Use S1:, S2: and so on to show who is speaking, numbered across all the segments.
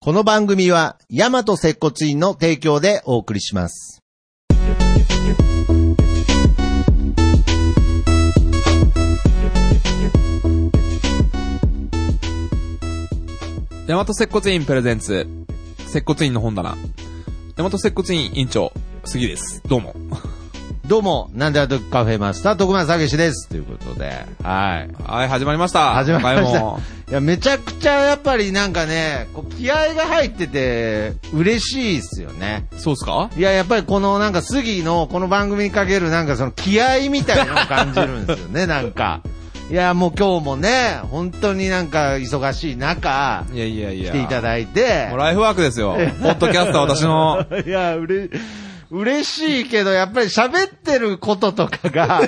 S1: この番組は、ヤマト接骨院の提供でお送りします。
S2: 大和接骨院プレゼンツ、接骨院の本棚。大和接骨院院長、杉です。どうも。
S1: どうも、なんであとカフェマスター、徳松たけしです。ということで、はい。
S2: はい、始まりました。
S1: 始まりました
S2: 今回も
S1: いや、めちゃくちゃやっぱりなんかね、こう気合が入ってて、嬉しいっすよね。
S2: そうっすか
S1: いや、やっぱりこのなんか杉のこの番組にかけるなんかその気合みたいなのを感じるんですよ ね、なんか。いや、もう今日もね、本当になんか忙しい中、
S2: いやいやいや。
S1: 来ていた
S2: い
S1: だいて
S2: て。もう。ライフワークですよ。 ポッドキャストは私の。
S1: いや、うれ、嬉しいけど、やっぱり喋ってることとか が、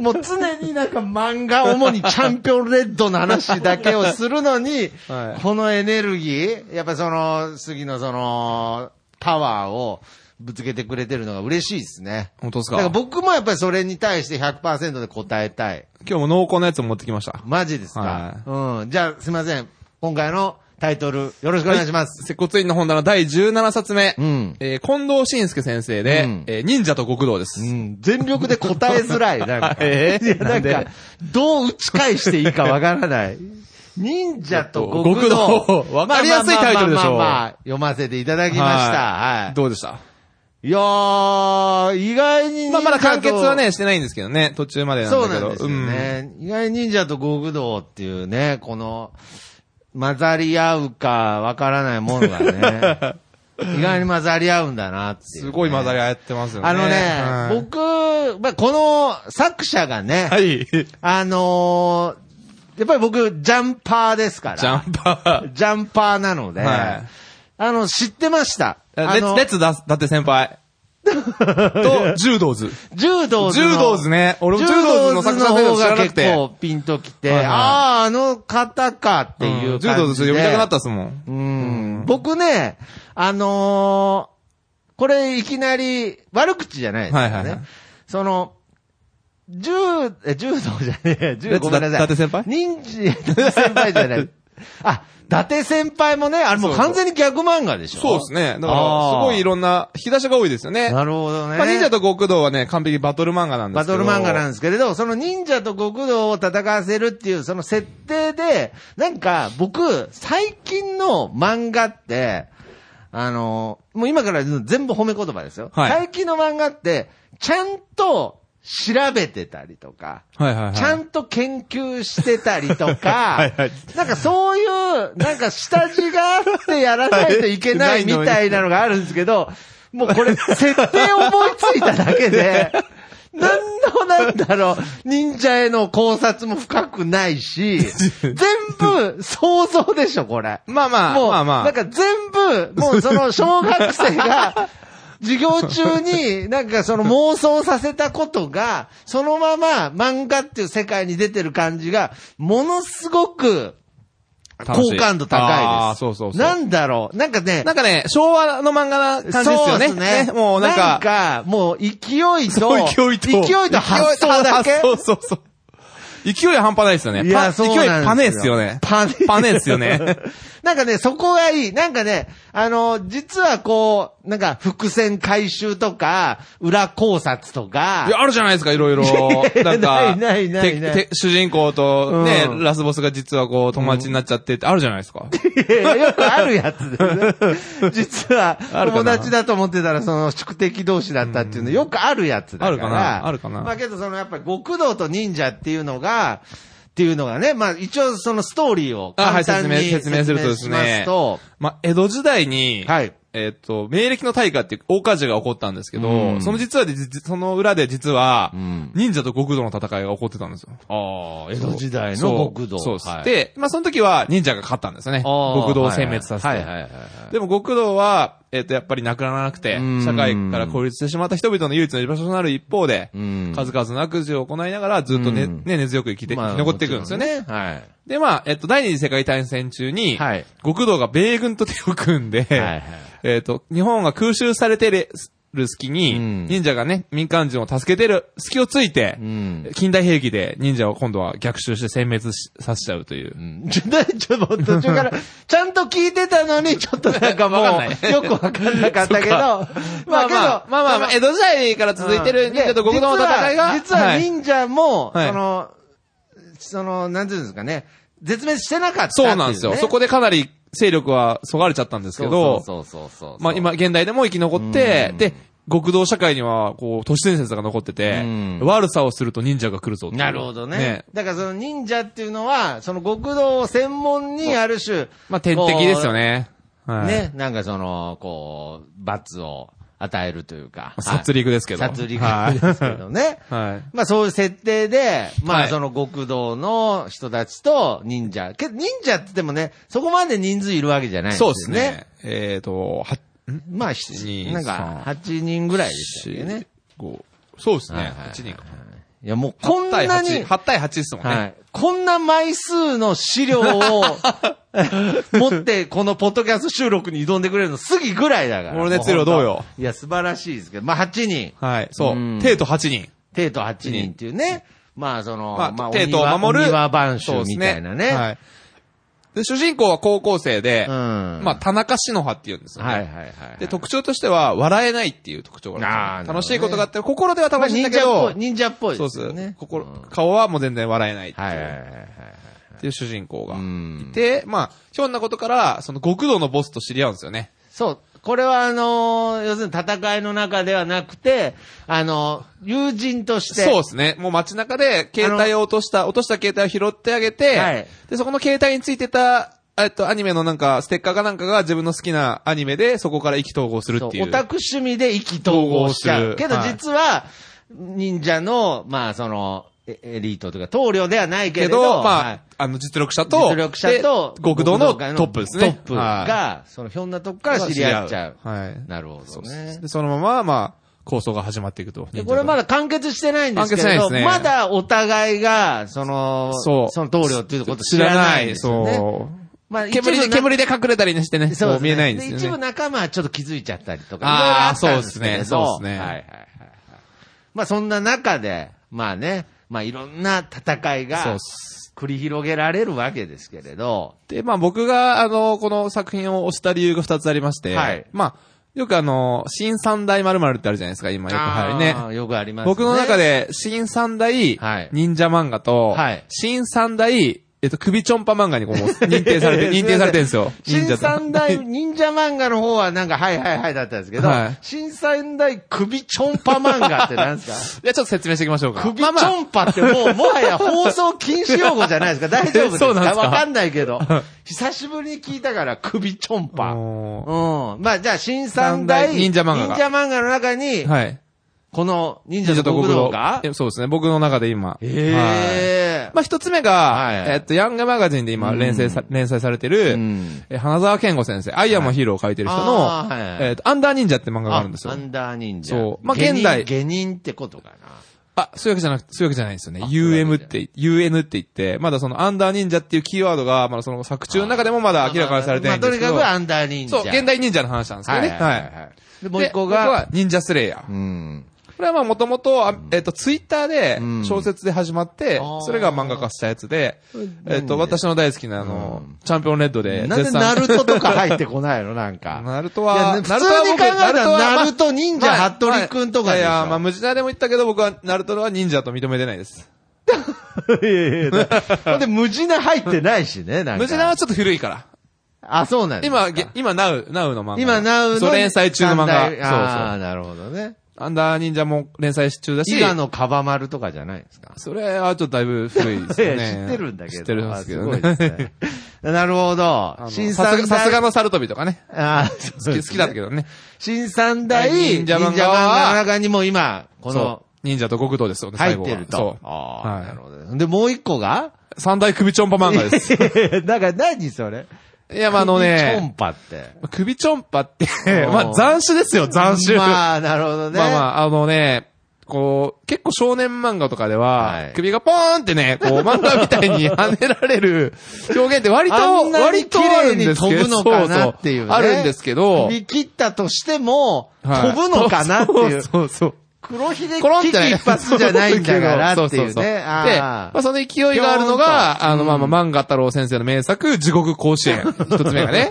S1: もう常になんか漫画、主にチャンピオンレッドの話だけをするのに、
S2: はい
S1: このエネルギー、やっぱその、杉のその、パワーをぶつけてくれてるのが嬉しいですね。
S2: 本当です
S1: だから
S2: か
S1: 僕もやっぱりそれに対して100%で答えたい。
S2: 今日も濃厚なやつを持ってきました。
S1: マジですか、うん。じゃあ、すいません。今回のタイトル、よろしくお願いします。
S2: 接骨院の本棚第17冊目。
S1: うん。
S2: えー近藤慎介先生で、
S1: うん
S2: えー忍者と極道で
S1: う
S2: す。、
S1: ん、全力で答えづらい。なんか
S2: えー
S1: いやなん
S2: な
S1: か
S2: んで、
S1: どう打ち返していいかわからない。忍者と極
S2: 極
S1: 道。
S2: 道わかりやすいタイトルでし
S1: まあ
S2: ょ
S1: まあまあまあまあ読ませていただきました。はい。
S2: どうでした
S1: い、やー、意外に忍者と
S2: まあまだ完結は、ね、してないんですけどね。途中までなんだ
S1: そ
S2: け
S1: う
S2: ど。
S1: なんですよね。意外に忍者と極道っていうね、この、混ざり合うかわからないものが ね、意外に混ざり合うんだなっていうね、
S2: すごい混ざり合ってますよね。
S1: あのね、
S2: はい
S1: 僕、まあ、この作者がね、
S2: はい。ジ
S1: あのーやっぱり僕、ジャンパーですから。
S2: ャンパ
S1: ジャンパーなので、
S2: はい
S1: あの、知ってました。
S2: ー。
S1: あ
S2: レッ
S1: の
S2: ツ、レッツだ、だって先輩。 と、柔道図。
S1: 柔道図の。
S2: 柔道図ね。俺も柔道図の作者
S1: 柔道
S2: の方
S1: 図
S2: 知
S1: の方が
S2: らなく
S1: 結
S2: て。
S1: 構ピンときて、
S2: はいはい
S1: ああ、あの方かっていううん感じ
S2: 柔
S1: で。
S2: 道図読みたくなったっすもん。
S1: うん僕ね、あのーこれいきなり悪口じゃないですよね。
S2: はいはいはい
S1: その、柔、え柔道じゃね え、柔
S2: だ
S1: ごめんなさい。
S2: だ伊達先輩
S1: 忍者、伊達先輩じゃ ない。あ、伊達先輩もね、あれもう完全に逆漫画でしょ
S2: そうですね。だから、
S1: あ
S2: す
S1: ー
S2: ごいいろんな引き出しが多いですよね。
S1: なるほどね。
S2: まあ、忍者と極道はね、完璧バトル漫画なんで
S1: バ
S2: すけ
S1: ト
S2: ど。
S1: ル漫画なん
S2: で
S1: ですけれど、その忍者と極道を戦わせるっていう、その設定で、なんか僕、最近の漫画って、あの、もう今から全部褒め言葉ですよ。
S2: はい
S1: 最近の漫画って、ちゃんと調べてたりとか、
S2: す。はいはいはい。
S1: ちゃんと研究してたりとか、
S2: はいはい
S1: なんかそういう、なんか下地があってやらないといけないみたいなのがあるんですけど、もうこれ設定思いついただけ で、なんのなんだろう、忍者への考察も深くないし、全部想像でしょ、これ。
S2: まあまあ、
S1: もう、
S2: まあまあ。
S1: なんか全部、もうその小学生が、 授業中になんかその妄想させたことが、そのまま漫画っていう世界に出てる感じが、ものすごく、
S2: 楽しい
S1: 好感度高いです。
S2: あーそうそうそう
S1: なんだろう。なんかね、
S2: なんかね、昭和の漫画な感じですよね。
S1: そうですね。
S2: もうなんか、
S1: もう勢い
S2: すご
S1: と、
S2: い勢いと。
S1: 発想だ け。
S2: そうそうそう。勢い半端ないですよね。
S1: いや、
S2: パ
S1: そう
S2: 勢い
S1: な
S2: パ
S1: ん
S2: ネ
S1: で
S2: ですす
S1: よ。
S2: よね。
S1: パネ。
S2: パネですよね。
S1: なんかね、そこがいい。なんかね、あの、実はこう、なんか、伏線回収とか、裏考察とか。
S2: いや、あるじゃないですか、いろいろ。
S1: や
S2: なんか、
S1: ないないないない
S2: てて主人公とね、
S1: うん
S2: ラスボスが実はこう、友達になっちゃってってあるじゃないですか。
S1: いや よくあるやつです ね。実は、
S2: あるか
S1: 友
S2: な
S1: 達だと思ってたら、その、宿敵同士だったっていうの、よく あるやつだから。
S2: あるかなあるかな
S1: まあけど、その、やっぱり、極道と忍者っていうのが、っていうのがね、まあ一応そのストーリーを
S2: あは
S1: 簡
S2: い
S1: 単に
S2: 説明説明するとです
S1: 説明
S2: ね
S1: しますと、
S2: まあ、江戸時代に、
S1: はい。
S2: えっ、と、明暦の大火っていう大火事が起こったんですけど、
S1: うん
S2: その実はで、じその裏で実は、
S1: ん
S2: 忍者と極道の戦いが起こってたんですよ。
S1: ああ、江戸時代
S2: そ
S1: の
S2: う
S1: 極道。
S2: そうです、
S1: はい
S2: で、まあその時は忍者が勝ったんですよね。
S1: あー
S2: 極道を殲滅させて。
S1: はいはいはいはい
S2: でも極道は、えっ、と、やっぱりなくならなくて
S1: うん、
S2: 社会から孤立してしまった人々の唯一の居場所となる一方で、
S1: ん
S2: 数々の悪事を行いながらずっとね、
S1: うん
S2: ね根強く生きて、
S1: まあ
S2: 生き残っていくんですよね。
S1: もちろんね
S2: で、まあ、えっ、と、第二次世界大戦中に、
S1: はい
S2: 極道が米軍と手を組んで、
S1: はい。はいはい。
S2: えっ、と、日本が空襲されてれる隙に、
S1: うん
S2: 忍者がね、民間人を助けてる隙をついて
S1: う、ん。
S2: 近代兵器で忍者を今度は逆襲して殲滅しさせちゃうという
S1: う。んちょ、だちょっと途中 から、ちゃんと聞いてたのに、ちょっとなんかも
S2: わかん な
S1: う、よくわかんなかったけど、まあ
S2: まあまあ、まあまあまあ、江戸時代から続いてる忍者と極道の戦いが、
S1: 実は実は
S2: はい
S1: 忍者も、
S2: はい
S1: その、その、なんていうんですかね、絶滅してなかったってい
S2: そうなんですよ。そこでかなり勢力はそがれちゃったんですけど、
S1: そうそうそうそうそう
S2: まあ今、、現代でも生き残って
S1: う、ん
S2: で、極道社会には、こう、都市伝説が残ってて
S1: う、ん
S2: 悪さをすると忍者が来るぞっていう
S1: なるほどねだからその忍者っていうのは、その極道を専門にある種、
S2: まあ、天敵ですよね。はい。
S1: ね、なんかその、こう、罰を与えるというか。
S2: 殺戮ですけど。
S1: 殺戮ですけどね。
S2: はい。はい。
S1: まあそういう設定で、ま
S2: は
S1: あ
S2: い
S1: その極道の人たちと忍者。けど忍者って言ってもね、そこまで人数いるわけじゃないんです
S2: そう
S1: よね。
S2: ですね。えっと、は、ん
S1: まあ
S2: 二
S1: 七、なんか
S2: 三
S1: 8人ぐらいですよね。
S2: 五そうです
S1: はい
S2: ね
S1: はい。はい
S2: 8人か。
S1: いやもうこんなに、
S2: 8対8ですもん
S1: は
S2: ね。
S1: い。こんな枚数の資料を 持って、このポッドキャスト収録に挑んでくれるの杉ぐらいだから。
S2: 俺の熱量どうよ
S1: いや、素晴らしいですけど。まあ、8人。
S2: はい。そうう。
S1: ん
S2: 帝と8人。
S1: 帝都8人っていうね。まあ、その、
S2: まあ
S1: まあ、
S2: 帝都を守る
S1: お庭番
S2: そう
S1: 衆
S2: です
S1: み
S2: ね。
S1: たいなね。
S2: はい。で、主人公は高校生で、
S1: うん。
S2: まあ、田中篠葉っていうんですよね。
S1: はいはいはい。
S2: で、特徴としては、笑えないっていう特徴があ
S1: あ
S2: る。
S1: ー
S2: 楽しいことがあって、心では
S1: まあ
S2: 楽しいん
S1: 忍
S2: だけ
S1: 者っぽ
S2: ど
S1: い、、忍者っぽい
S2: そう
S1: で
S2: ですす
S1: よね。。
S2: 心
S1: うん、
S2: 顔はもう全然笑えないって
S1: はいはいはいいはい
S2: う
S1: はい。
S2: っていう主人公が
S1: うん
S2: いて、まあ、ひょんなことから、その極道のボスと知り合うんですよね。
S1: そう。これはあのー要するに戦いの中ではなくて、あのー友人として。
S2: そうですね。もう街中で、携帯を落とした、落とした携帯を拾ってあげて、
S1: はい
S2: で、そこの携帯についてた、えっと、アニメのなんか、ステッカーかなんかが自分の好きなアニメで、そこから意気投合するっていう。
S1: オタク趣味で意気投合しちゃ
S2: 統合
S1: う。
S2: す
S1: け
S2: る
S1: ど
S2: はい
S1: 実は、忍者の、まあその、エエリートというか、棟梁ではないけ
S2: け
S1: れ
S2: ど、
S1: ど、
S2: まあ、
S1: はい
S2: あの、実力者と、
S1: 実力者と
S2: で、極道のト
S1: 極
S2: ップです
S1: ト
S2: ね。
S1: ップ
S2: は
S1: が、そのひょんなとこか
S2: い
S1: ら知り合っちゃう。
S2: はい。
S1: なるほどね
S2: で、。そのまま、まあ、構想が始まっていくと。
S1: でこれま
S2: だ、
S1: だ完結してないんですけれ
S2: 完結
S1: ど、
S2: してないですね
S1: まだお互いが、その、
S2: そう
S1: の棟梁っていうこと知らないんですよね。
S2: そう。
S1: まあ一部
S2: 煙で、
S1: な
S2: 煙で隠れたりして
S1: そう
S2: ね、そ
S1: で
S2: う
S1: すね
S2: 見えないんですよ
S1: 一部
S2: ね。
S1: 仲間はちょっと気づいちゃったりとか。
S2: あー
S1: いろいろったんけれど
S2: そうですねそうですね
S1: はいはいはいはい。まあそんな中で、まあね、まあいろんな戦い
S2: そうっ
S1: が
S2: す。
S1: 繰り広げられるわけですけれど、
S2: で、まあ僕が、あの、この作品を推した理由が二つありまして、
S1: はい
S2: まあ、よくあの、新三大〇〇ってあるじゃないですか、今よく入るね。
S1: あーよくありますね。
S2: 僕の中、で、新三大
S1: はい
S2: 忍者漫画と、
S1: はい
S2: 新三大、えっと、首ちょんぱ漫画にこう、認定され て、
S1: すいません
S2: 認定されてるんですよ。
S1: 新
S2: 忍者と
S1: 三大忍者漫画の方はなんか、はいはいはいだったんですけど、
S2: はい
S1: 新三大首ちょんぱ漫画ってなんですか
S2: いや、ちょっと説明していきましょうか。
S1: 首ち
S2: まあまあ
S1: ょんぱってもう、もはや放送禁止用語じゃないですか大丈夫ですか
S2: そうなんですか
S1: わかんないけど。久しぶりに聞いたから、首ちょんぱ。
S2: おー
S1: うん。まあ、じゃあ、新三大
S2: 忍者漫画が
S1: 忍者漫画の中に、
S2: はい。
S1: この忍者と国道が
S2: えそうですね。僕の中で今。はい
S1: ええ。
S2: まあ、一つ目が、
S1: はい
S2: えっと、ヤングマガジンで今、
S1: うん
S2: 連載さ、連載されてる、
S1: うん
S2: え、花沢健吾先生、アイアムヒーローを書いてる人の、
S1: あーはいはい
S2: えっと、アンダー忍者って漫画があるんですよ
S1: ア。ンダー忍者。
S2: そうまあ現代
S1: 下人下人ってことか
S2: あ、そういうわけじゃなく、そういうわけじゃないんですよね。
S1: あそういう
S2: UM
S1: わ
S2: っ
S1: け
S2: て、UN って言って、まだそのアンダー忍者っていうキーワードが、まだその作中の中でもまだ
S1: な。
S2: 明らかにされてないんですけど、
S1: まあとにかくアンダー忍
S2: そう
S1: 者。、
S2: 現代忍者の話なんですけど
S1: は
S2: ね。
S1: い
S2: は。
S1: はいいはいはい。で、もう一個
S2: で僕
S1: が
S2: は、忍者スレイヤー。
S1: うん。
S2: これはまあもともと、あえっ、と、ツイッターで
S1: うん
S2: 小説で始まって
S1: あ、ー
S2: それが漫画化したやつで、えっ、と、私の大好きなあの、チャンピオンレッドで、
S1: なんで ナルトとか入ってこないのなんか。
S2: ナルト
S1: いや
S2: は、
S1: 普通
S2: ナルトは
S1: に
S2: 僕
S1: 考えた
S2: はま
S1: ら、
S2: あ
S1: ナルト、忍者、
S2: まあ
S1: 服部くんとか
S2: まあ
S1: で
S2: い
S1: しょ。
S2: や、まあ、無事なでも言ったけど、僕は、ナルトは忍者と認めてないです。
S1: いやいやいやほんで、無事な入ってないしね、なんか。
S2: 無事な はちょっと古いから。
S1: あ、そうなんですか
S2: 今、げ今、ナウ、ナウの漫画。
S1: 今、ナウの。
S2: そう、連載中の漫画。そうそう。
S1: ああー、
S2: ア
S1: なるほどね。
S2: ンダー忍者も連載中だし、
S1: 伊賀のカバ丸とかじゃないですか。
S2: それはちょっとだいぶ古いですよ
S1: いや
S2: ね。
S1: 知ってるんだけど。
S2: 知ってるんですけど
S1: あすごいで
S2: ね。
S1: すね。 なるほど
S2: あ。の
S1: 新
S2: さ
S1: 三
S2: す
S1: 大。
S2: がさすがのサルトビとかね。
S1: あー
S2: 好
S1: そう
S2: き
S1: で
S2: 好
S1: すね
S2: きだったけどね。
S1: 新三大忍
S2: 忍者
S1: 者
S2: 漫画は
S1: 漫画の中にも今、こ
S2: そ
S1: の、
S2: う。忍者と極道ですよね、
S1: 入
S2: 最後
S1: っ
S2: は。
S1: てる
S2: そ
S1: と。
S2: う。
S1: あ
S2: は
S1: あ、
S2: い
S1: なるほど。で、もう一個が
S2: 三大首ちょんぱ漫画 です。
S1: だから何それ
S2: いや、まあ、あの
S1: チョン
S2: ね、
S1: パって。、
S2: 首ちょんぱって
S1: うん
S2: まあ、斬首ですよ、斬首。まあ
S1: まあ、なるほどね。
S2: まあ、あのね、こう、結構少年漫画とかでは、
S1: はい
S2: 首がポーンってね、こう漫画みたいに跳ねられる表現って割と、
S1: あんなに
S2: 割とあるんですけ
S1: 綺麗
S2: ど、
S1: に飛ぶのかなっていうね
S2: あるんですけど、
S1: 見切ったとしても、
S2: はい
S1: 飛ぶのかなっていう。
S2: そうそうそう。
S1: 黒ひで
S2: コロンっ
S1: 危
S2: て
S1: 機
S2: ね
S1: 一発じゃないんだからってい
S2: そうそそで、
S1: ね。
S2: ま
S1: あ
S2: あ、
S1: あ
S2: その勢いがあるの
S1: ピョーンと
S2: が、あの、まあまあ、漫画太郎先生の名作、地獄甲 子園。一つ目がね。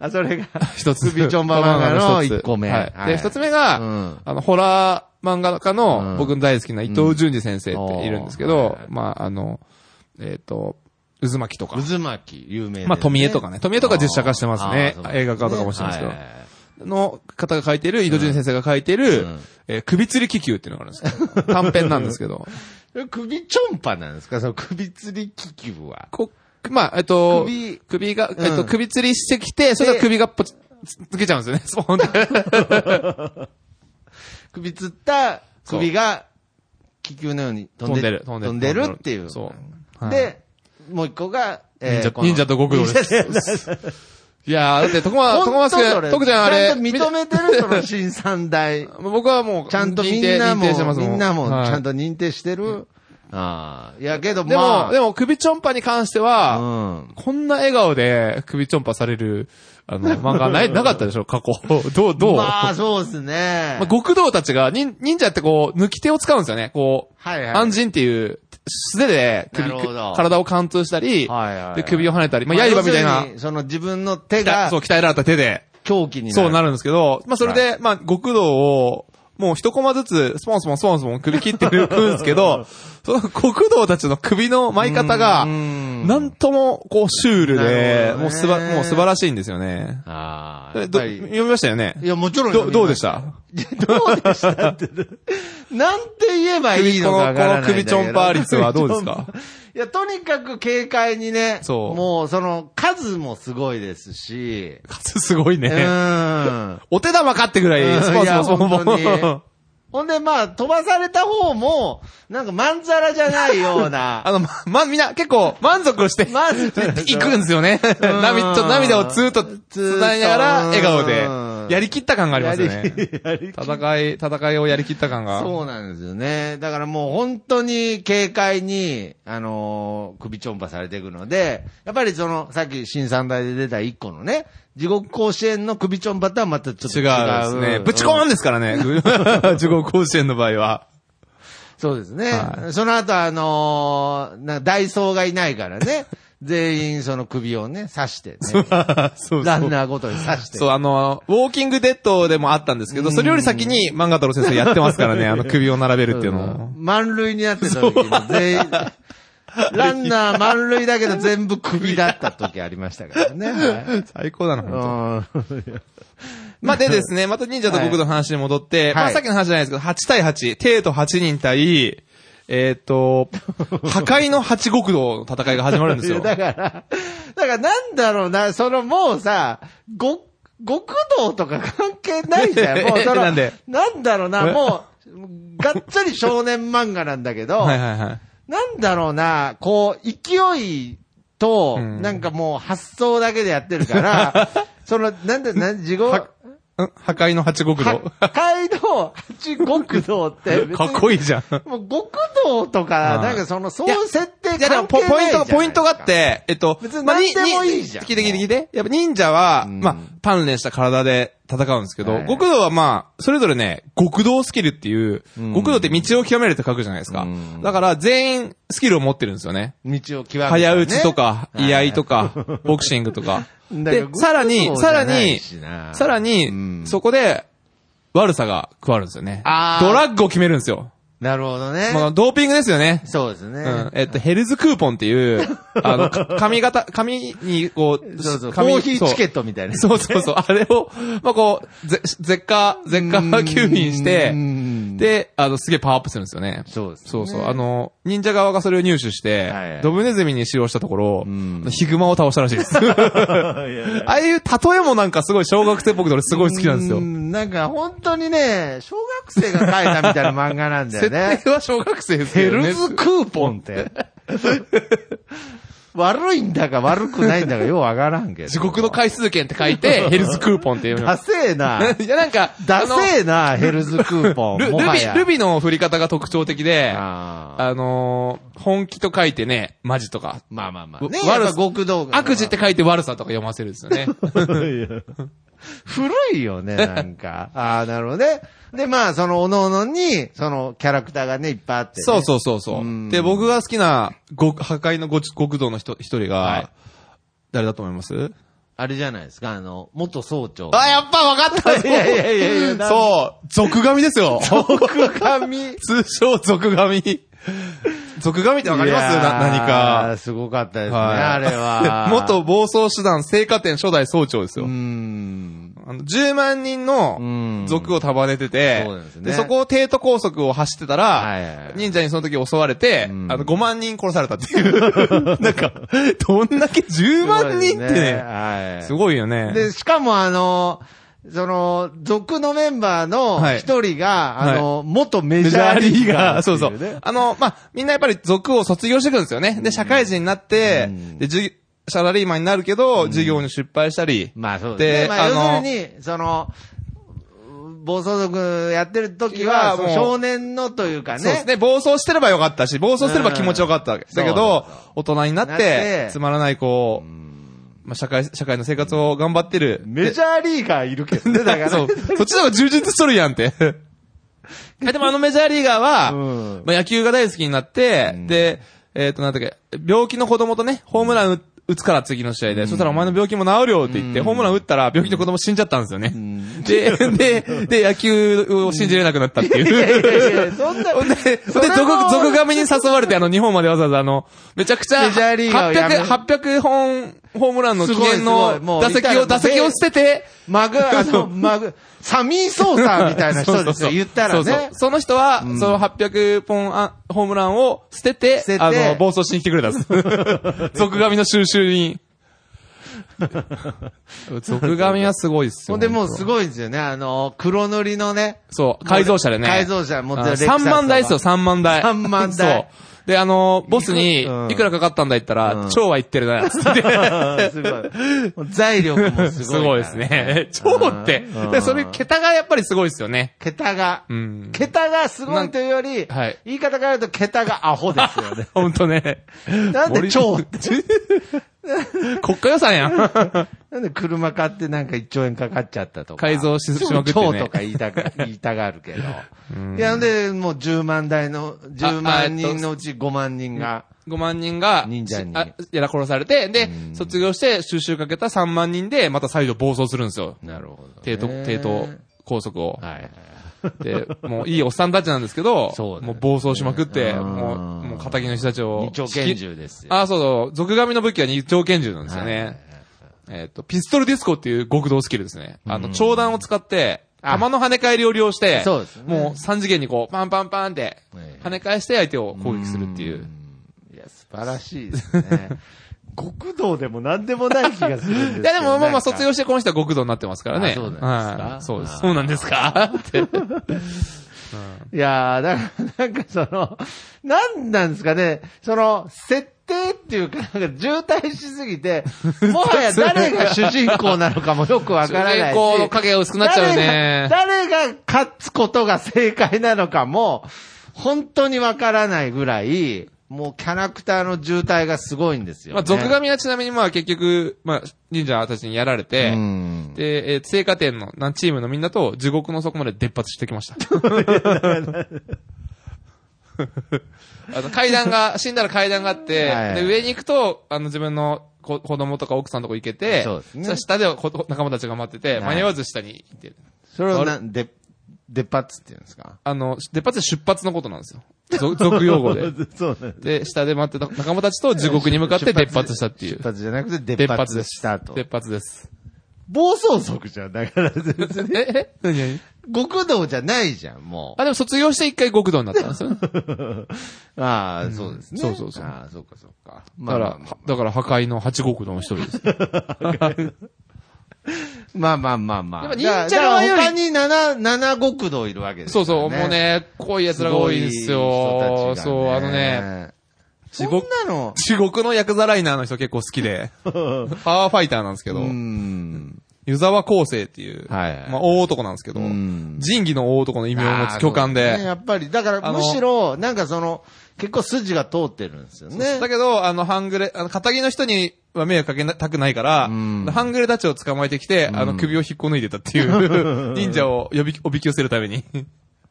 S1: あ、それが。
S2: 一つ。
S1: 首ちょんば漫画の一個目
S2: はい
S1: はい
S2: で、二つ目
S1: う
S2: が、
S1: ん。
S2: あの、ホラー漫画家
S1: うん
S2: の、僕の大好きな伊藤淳二先生
S1: うん
S2: っているんですけ
S1: おーはい
S2: ど
S1: はい、
S2: まあ、あの、えっと、渦巻きとか。
S1: 渦巻き、有名ですね
S2: まあ、富江とかね。富江とか実写化してますね
S1: あーそう。
S2: 映画化とかもしてますけど
S1: はい。はいはい
S2: の方が書いてる、伊藤淳二先生が書いてる
S1: うん、
S2: えー首吊り気球っていうのがあるんですけど、短編なんですけど。
S1: 首ちょんぱなんですかその首吊り気球は。
S2: こまあ、えっと、
S1: 首
S2: 首が、えっ
S1: うん
S2: と、首吊りしてきて、それが首がポチ、つけちゃうんですよね、スポンって。
S1: 首吊った首が気球のように飛んでる。
S2: 飛んでる
S1: 飛
S2: 飛
S1: ん
S2: ん
S1: で
S2: でる
S1: るっていう。
S2: そうはい
S1: で、もう一個が、
S2: 忍者忍者と極道です
S1: す。
S2: いやー、だって、徳間、徳
S1: 本当
S2: 間す
S1: それ
S2: け、徳ちゃんあれ、
S1: ちゃんと認めてる、その新三 大。
S2: 見て僕はもう、
S1: ちゃんとみ
S2: 認
S1: ん
S2: 定
S1: な
S2: 認
S1: も
S2: 定してま、す
S1: みんなも
S2: はい
S1: ちゃんと認定してる。ああ。いや、けど
S2: でも、
S1: まあ。
S2: でも、首ちょんぱに関しては、
S1: うん。
S2: こんな笑顔で首ちょんぱされる、あ の、漫画ない、なかったでしょ、過去。どう、どう、
S1: まあ、そうですね。
S2: まあ極道たちが、忍忍者ってこう、抜き手を使うんですよね。こう、
S1: はいはい。
S2: 安心っていう、素手で首、
S1: なるほど
S2: 体を貫通したり、
S1: はいはいはい
S2: で、首を跳ねたり、まあ、刃みたい
S1: まあ要
S2: な
S1: する、にその自分の手
S2: 鍛え
S1: が
S2: そう、鍛えられた手で、
S1: 狂気になる。
S2: そうなるんですけど、まあ、それで、まあ、極道を、もう一コマずつ、スポンスポンスポンスポン首切ってるんですけ ど、その極道たちの首の巻い方が、
S1: うん
S2: なんとも、こう、シュール
S1: なる
S2: で
S1: ほど、ね
S2: もうすば、もう素晴らしいんですよね。
S1: ああ。や
S2: え
S1: っ
S2: ど
S1: ぱ
S2: 読
S1: り。
S2: みましたよね
S1: いや、もちろん
S2: ど、どうでし
S1: い
S2: た
S1: やどうでしたって。なんて言えばいいのかわからないんだけど。
S2: このこの首ちょんぱ率はどうですか
S1: いや、とにかく軽快にね。
S2: そう
S1: もう、その、数もすごいです し。
S2: 数すごいうね。
S1: ん。
S2: お手玉かってぐら
S1: う
S2: い、
S1: ん
S2: スポン
S1: い
S2: ス
S1: や
S2: ポンスポンスポン
S1: 本当にほんで、まあ、飛ばされた方も、なんか、まんざらじゃないような。
S2: あの、ま、ま、みんな結構満足して、
S1: まず、
S2: 行くんですよね。涙、ちょっと涙をずーっと繋いながら、笑顔で、やりきった感がありますよね。
S1: やり
S2: 戦い、戦いをやりきった感が。
S1: そうなんですよね。だからもう本当に軽快に、あのー首ちょんぱされていくので、やっぱりその、さっき新三大で出た一個のね、地獄甲子園の首ちょんぱとはまたちょっと
S2: 違
S1: 違
S2: う
S1: う。
S2: ですね。ぶちコー
S1: うん
S2: ンですか らね。地獄甲子園の場合は。
S1: そうですね。
S2: は
S1: その後あのーなんかダイソーがいないからね、 全員その首をね、刺してね、
S2: そうそ
S1: ラン
S2: う。
S1: ナーごとに刺して。
S2: そう、あの、ウォーキングデッドでもあったんですけど、それより先に漫画太郎先生やってますからね、あの首を並べるっていうのを。
S1: 満塁になってた時に全員、ランナー満塁だけど全部首だった時ありましたからね。はい
S2: 最高だな、本当
S1: うん
S2: まあ、でですね、また忍者と国土の話に戻って、
S1: い
S2: ま
S1: は
S2: あ、
S1: い
S2: さっきの話じゃないですけど、8対8、帝と8人対、え っ、と、破壊の八国道の戦いが始まるんですよ。
S1: だから、だからなんだろうな、そのもうさ、ご、極道とか関係ないじゃ ん。もうその、
S2: なんで
S1: なんだろうな、
S2: これ
S1: もう、がっつり少年漫画なんだけど、
S2: はいはいはい。
S1: なんだろうな、こう、勢いと、
S2: うん
S1: なんかもう発想だけでやってる から、その、なんで、なん、地
S2: は
S1: 獄、
S2: ん破壊の八国道。
S1: 八街道、八極道って別に
S2: かっこいいじゃん。
S1: もう極道とか、
S2: はい
S1: なんかその、そう
S2: いや
S1: いう設定関
S2: い
S1: 係
S2: や、
S1: な
S2: で
S1: い
S2: もポ、ポイント、ポイントがあ
S1: て
S2: って、えっと、
S1: 別に
S2: まあ
S1: 何でもいいじゃん
S2: 聞いて聞いて聞いて。やっぱ忍者は、
S1: うん
S2: まあ、鍛錬した体で戦うんですけど、
S1: はい
S2: 極道はまあ、それぞれね、極道スキルっていう、
S1: うん
S2: 極道って道を極めるって書くじゃないですか。
S1: うん
S2: だから、全員スキルを持ってるんですよね。
S1: 道を極めたね
S2: 早打ちと。か、
S1: はい
S2: 居合 とか、ボクシングとか。
S1: だから
S2: で、さらに、さらに、さら
S1: う
S2: に
S1: ん、
S2: そこで、悪さが加わるんですよね。
S1: あー
S2: ドラッグを決めるんですよ。
S1: なるほどね。
S2: まあ、ドーピングですよね。
S1: そうですね。
S2: うん。えっと、ヘルズクーポンっていう、 あの、か髪型、髪にこう、
S1: そうそう、コ
S2: 髪
S1: ーヒーチケッ
S2: ト。
S1: トみたいな。
S2: そうそうそうそう、あれを、まあ、こう、ぜ、舌下、舌下吸引して
S1: う、ん
S2: で、あの、すげえパワーアップするんですよね。
S1: そうですね
S2: そうそう。あの、忍者側がそれを入手して、
S1: はいはい
S2: ドブネズミに使用したところ
S1: ん、
S2: ヒグマを倒したらしいです。 ああいう例えもなんかすごい小学生っぽくて俺すごい好きなんです
S1: う
S2: よ。
S1: なんか本当にね、小学生が描いたみたいな漫画なんだよ
S2: 設
S1: ね。
S2: 定は小学生です
S1: ヘ
S2: けどね。
S1: ルズクーポンって。悪いんだか悪くないんだかようわからんけど。
S2: 地獄の回数券って書いて、ヘルスクーポンっていう
S1: ダ
S2: の。
S1: セえ な。
S2: いや、なんか、
S1: ダセえな、ヘルズクーポ
S2: あ
S1: ン。
S2: のルル
S1: もは
S2: ビ、
S1: や
S2: ルビの振り方が特徴的で、あ
S1: あー
S2: のー、本気と書いてね、マジとか。
S1: まあまあまあ。ね、
S2: 悪さ
S1: やっぱ極道が
S2: 悪事 って書いて悪さとか読ませるんですよ ね。
S1: 古いよね、なんか。ああ、なるほどね。で、まあ、その、おののに、その、キャラクターがね、いっぱいあって、ね。
S2: そうそうそうそう
S1: うん
S2: う。で、僕が好きな、ご破壊のご極道の人一人が、
S1: はい
S2: 誰だと思います
S1: あれじゃないですか、あの、元総長。
S2: あ、やっぱ分かった
S1: いやいやいやいやなん
S2: そう、俗神ですよ。
S1: 神
S2: 通称俗神。俗神って分かりますな何か。。
S1: すごかったですね、
S2: はい。
S1: あれは
S2: 元暴走手段、聖火店初代総長です
S1: う
S2: よ
S1: ー。ん。
S2: あの10万人の
S1: ん
S2: 族を束ねてて、
S1: そうですね
S2: そこを帝都高速を走ってた
S1: はいはいは
S2: ら
S1: い、
S2: 忍者にその時襲われて、
S1: うん
S2: あの5万人殺されたっていう。 なんか、どんだけ10万人ってね、
S1: はい。
S2: すごいよね。
S1: で、しかもあの、その、族のメンバー
S2: は
S1: の
S2: い
S1: 一人が、
S2: はい
S1: あの、元メ
S2: メ
S1: ジ
S2: ジ
S1: ャ
S2: ャ
S1: ー
S2: ー
S1: リ
S2: リ
S1: ー
S2: ー
S1: ガ
S2: ガ
S1: ー
S2: ー。
S1: って
S2: そ
S1: いうね。
S2: そう。あの、まあ、みんなやっぱり族を卒業していくんですよね。で、社会人になって、
S1: うん
S2: で、じゅサラリーマンになるけど、授業に失敗したり。
S1: まあそうですね。
S2: で
S1: まあ
S2: あの
S1: 要するに、その、暴走族やってる時は、
S2: はもう
S1: その少年のというか
S2: そうです
S1: ね。
S2: ね。暴走してればよかったし、暴走すれば気持ちよかったわけ。
S1: うん
S2: だけど、大人にな
S1: な
S2: っ
S1: って
S2: て、つまらないこう、まあ、社会、社会の生活を頑張ってる。
S1: メジャーリーガーいるけどね、だから。
S2: そう。そっちの方が充実しとるや んって。でもあのメジャーリーガーは、
S1: うん
S2: まあ、野球が大好きになって、
S1: ん
S2: で、えっ、と、なんだっけ、病気の子供とね、ホームラン打打つから次の試合で、そしたらお前の病気も治るよって言って、ホームラン打ったら病気の子供死んじゃったんですよね。で、で、で、野球を信じれなくなったっていう。
S1: いやいやいやそんな、
S2: ほんで、で、
S1: それも
S2: 俗、俗神に誘われて、あの、日本までわざわざ、あの、めちゃくちゃ、
S1: メジャーリーガーをやめ
S2: 800、800本、ホームランの記念
S1: すごいす
S2: の
S1: ごいもう
S2: 打席
S1: いたらもう
S2: を、打席を捨てて、
S1: マグ、あの、マグ、サミー・ソーサーみたいな人ですよ、言ったら
S2: そうそう
S1: ね。
S2: その人は、その800本あホームランを捨てて、
S1: 捨てて
S2: あの、暴走しに来てくれたん です。俗神の収集に。俗神はすごいっすよ。
S1: ほんでもうす
S2: い。
S1: ごいんですよね、あの、黒塗りのね、
S2: そう、改造車でね。
S1: 改造車持ってるレクサス
S2: 3万台ですよ、3万台。
S1: 3万台
S2: そう。で、あの、ボスに
S1: いくうん、
S2: いくらかかったんだ言った
S1: うん
S2: ら、超は言ってるな、つっ て。
S1: すごい。もう財力も すごい。
S2: すごいです。ね。超って
S1: うん。
S2: で、それ、桁がやっぱりすごいですよね。
S1: 桁が
S2: う、ん。
S1: 桁がすごいというより、
S2: はい
S1: 言い方から言うと桁がアホですよね。
S2: ほんとね。
S1: なんで超 って
S2: 国家予算や ん。
S1: なんで車買ってなんか1兆円かかっちゃったとか。
S2: 改造ししまくってね
S1: 超とか言いたが、言いたがるけど。いや、で、もう10万台の、10
S2: ああえっ
S1: 万
S2: と
S1: 人のうち5万人が、
S2: 5万人が、
S1: 忍者に
S2: あやら殺されて、で、卒業して収集かけた3万人で、また再度暴走するんですよ。
S1: なるほど。
S2: 帝都、帝都高速を。
S1: はい。
S2: で、もういいおっさんたちなんですけど、
S1: そうだね
S2: もう暴走しまくって、
S1: うん
S2: もう、もう仇の人たちを。
S1: 二丁拳銃ですよ。
S2: あ、そうそう。俗神の武器は二丁拳銃なんですよね。えっと、ピストルディスコっていう極道スキルですね。あの、長弾を使って、
S1: あ
S2: 弾の跳ね返りを利用して、
S1: そうですね
S2: もう三次元にこう、パンパンパンって、
S1: ええ
S2: 跳ね返して相手を攻撃するっていう。
S1: いや、素晴らしいですね。極道でも何でもない気がするんですけど
S2: いやでもまあま
S1: なんか
S2: あ卒業してこの人は極道になってますからね。
S1: あそうなんですか
S2: はいそう
S1: あ
S2: です
S1: ー
S2: そうなんですかって。
S1: いやー、だから、なんかその、なんなんですかね、その、設定っていうか、なんか渋滞しすぎ て、もはや誰が主人公なのかもよくわからないし。
S2: 主人公の影が薄くなっちゃうね
S1: 誰が誰が勝つことが正解なのかも、本当にわからないぐらい、もうキャラクターの渋滞がすごいんですよ、
S2: ま
S1: ね。
S2: あ俗神はちなみにまあ結局、まあ忍者たちにやられて、
S1: うん
S2: で、えー、聖火店の何チームのみんなと地獄の底まで出っ発してき ました。あの階段が、死んだら階段があって、
S1: はい
S2: で上に行くと、あの自分の子子供とか奥さんのとこ行けて、
S1: そうですね
S2: そしたら下では子仲間たちが待ってて、
S1: はい
S2: 間に合わず下に行って、
S1: それをなんで、出っ張っつって言うんですか
S2: あの、出発で出発のことなんですよ。ぞ俗用語で。
S1: そうね。
S2: で、下で待ってた仲間たちと地獄に向かって出発したっていう
S1: 出。発じゃなくて出
S2: 出
S1: っ
S2: 発
S1: 発
S2: で
S1: し
S2: す。
S1: たと。
S2: 出発です。
S1: 暴走族じゃん。だから 全
S2: え
S1: 然、
S2: え何何
S1: 極道じゃないじゃん、も
S2: あ、でも卒業して一回極道になったんですよね。
S1: う。ああ、そうですね。
S2: そうそうそう
S1: ああ、そうかそうか。 ま
S2: だか
S1: あ
S2: ら、
S1: まあまあ
S2: はだから破壊の八国の一 人です。
S1: まあまあまあまあ。
S2: でも忍者側
S1: だ
S2: よ
S1: か
S2: り
S1: ら他に七、七極道いるわけです
S2: そ
S1: よ
S2: うそう、もうね、こういう奴らが多いんです
S1: す
S2: よ。
S1: ごい人たちが
S2: そう、あのね、
S1: そ
S2: 地
S1: ん
S2: 獄、
S1: なの。
S2: 地獄のヤクザライナーの人結構好 きで、パワーファイターなんですけ
S1: う
S2: ど、
S1: ん。
S2: 湯沢康生っていう、
S1: はいはい
S2: まあ大男なんですけど、
S1: うん
S2: 仁義の大男の異名を持つ巨漢
S1: ね
S2: で、
S1: やっぱり、だから
S2: あの
S1: むしろ、なんかその、結構筋が通ってるんですよね。
S2: だけど、あの、半グレ、あの、片木の人には迷惑かけなたくないから、
S1: うん
S2: 半グレたちを捕まえてきて、あの、首を引っこ抜いてたっ ていう、忍者を呼び、おびき寄せるために、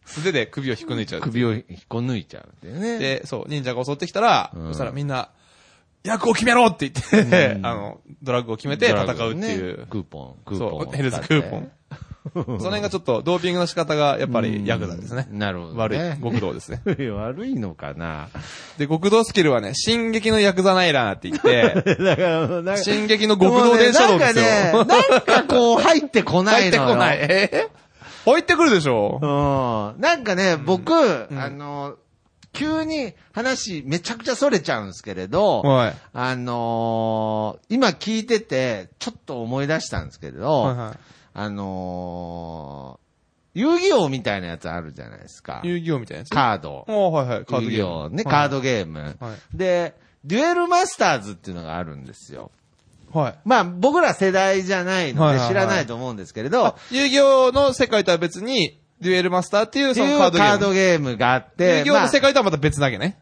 S2: 素手で首を引っこ抜いちゃう。
S1: 首を引っこ抜いちゃうんでね。
S2: で、そう、忍者が襲ってきたら、
S1: うん
S2: そしたらみんな、役を決めろって言って、 あの、ドラッグを決めて
S1: ドラ
S2: 戦
S1: ッグ
S2: うっていう
S1: ね。クーポン、クーポンを使
S2: そ
S1: っ
S2: う、
S1: て。
S2: ヘルスクーポン。その辺がちょっと、ドーピングの仕方が、やっぱり、ヤクザですね。
S1: なるほど、ね。
S2: 悪い。極道ですね。
S1: い。 悪いのかな
S2: で、極道スキルはね、進撃のヤクザナイラーって言って、
S1: だから、なんか
S2: 進撃の極道電車道ですよ。
S1: もうねなんかね、なんかこう入ってこない
S2: 入
S1: の
S2: って
S1: よ。
S2: こない。。えー入ってくるでしょ
S1: うん。なんかね、僕、あの、急に話めちゃくちゃ逸れちゃうんですけれど、
S2: はい。
S1: あのー今聞いてて、ちょっと思い出したんですけれど、
S2: はいは
S1: あのー遊戯王みたいなやつあるじゃないですか
S2: い。。遊戯王みたいなやつ。
S1: カード。
S2: あはいはい。カード
S1: 遊
S2: ゲ
S1: 戯
S2: ー
S1: 王
S2: ム。
S1: ね、カー
S2: ド。
S1: ドゲーム。
S2: は
S1: で、デュエルマスターズっていうのがあるんですよ。
S2: はい。
S1: まあ、僕ら世代じゃないの
S2: はい
S1: で
S2: はいはい
S1: 知らないと思うんですけれ
S2: あ
S1: ど、
S2: 遊戯王の世界とは別に、デュエルマスターっていう、
S1: って
S2: そ
S1: い
S2: の
S1: う
S2: カ
S1: カ
S2: ードゲー
S1: ードゲ
S2: ム。
S1: ームがあっ
S2: 遊
S1: て、
S2: 戯王の
S1: ま
S2: 世
S1: あ
S2: 界とはまた別なわけね。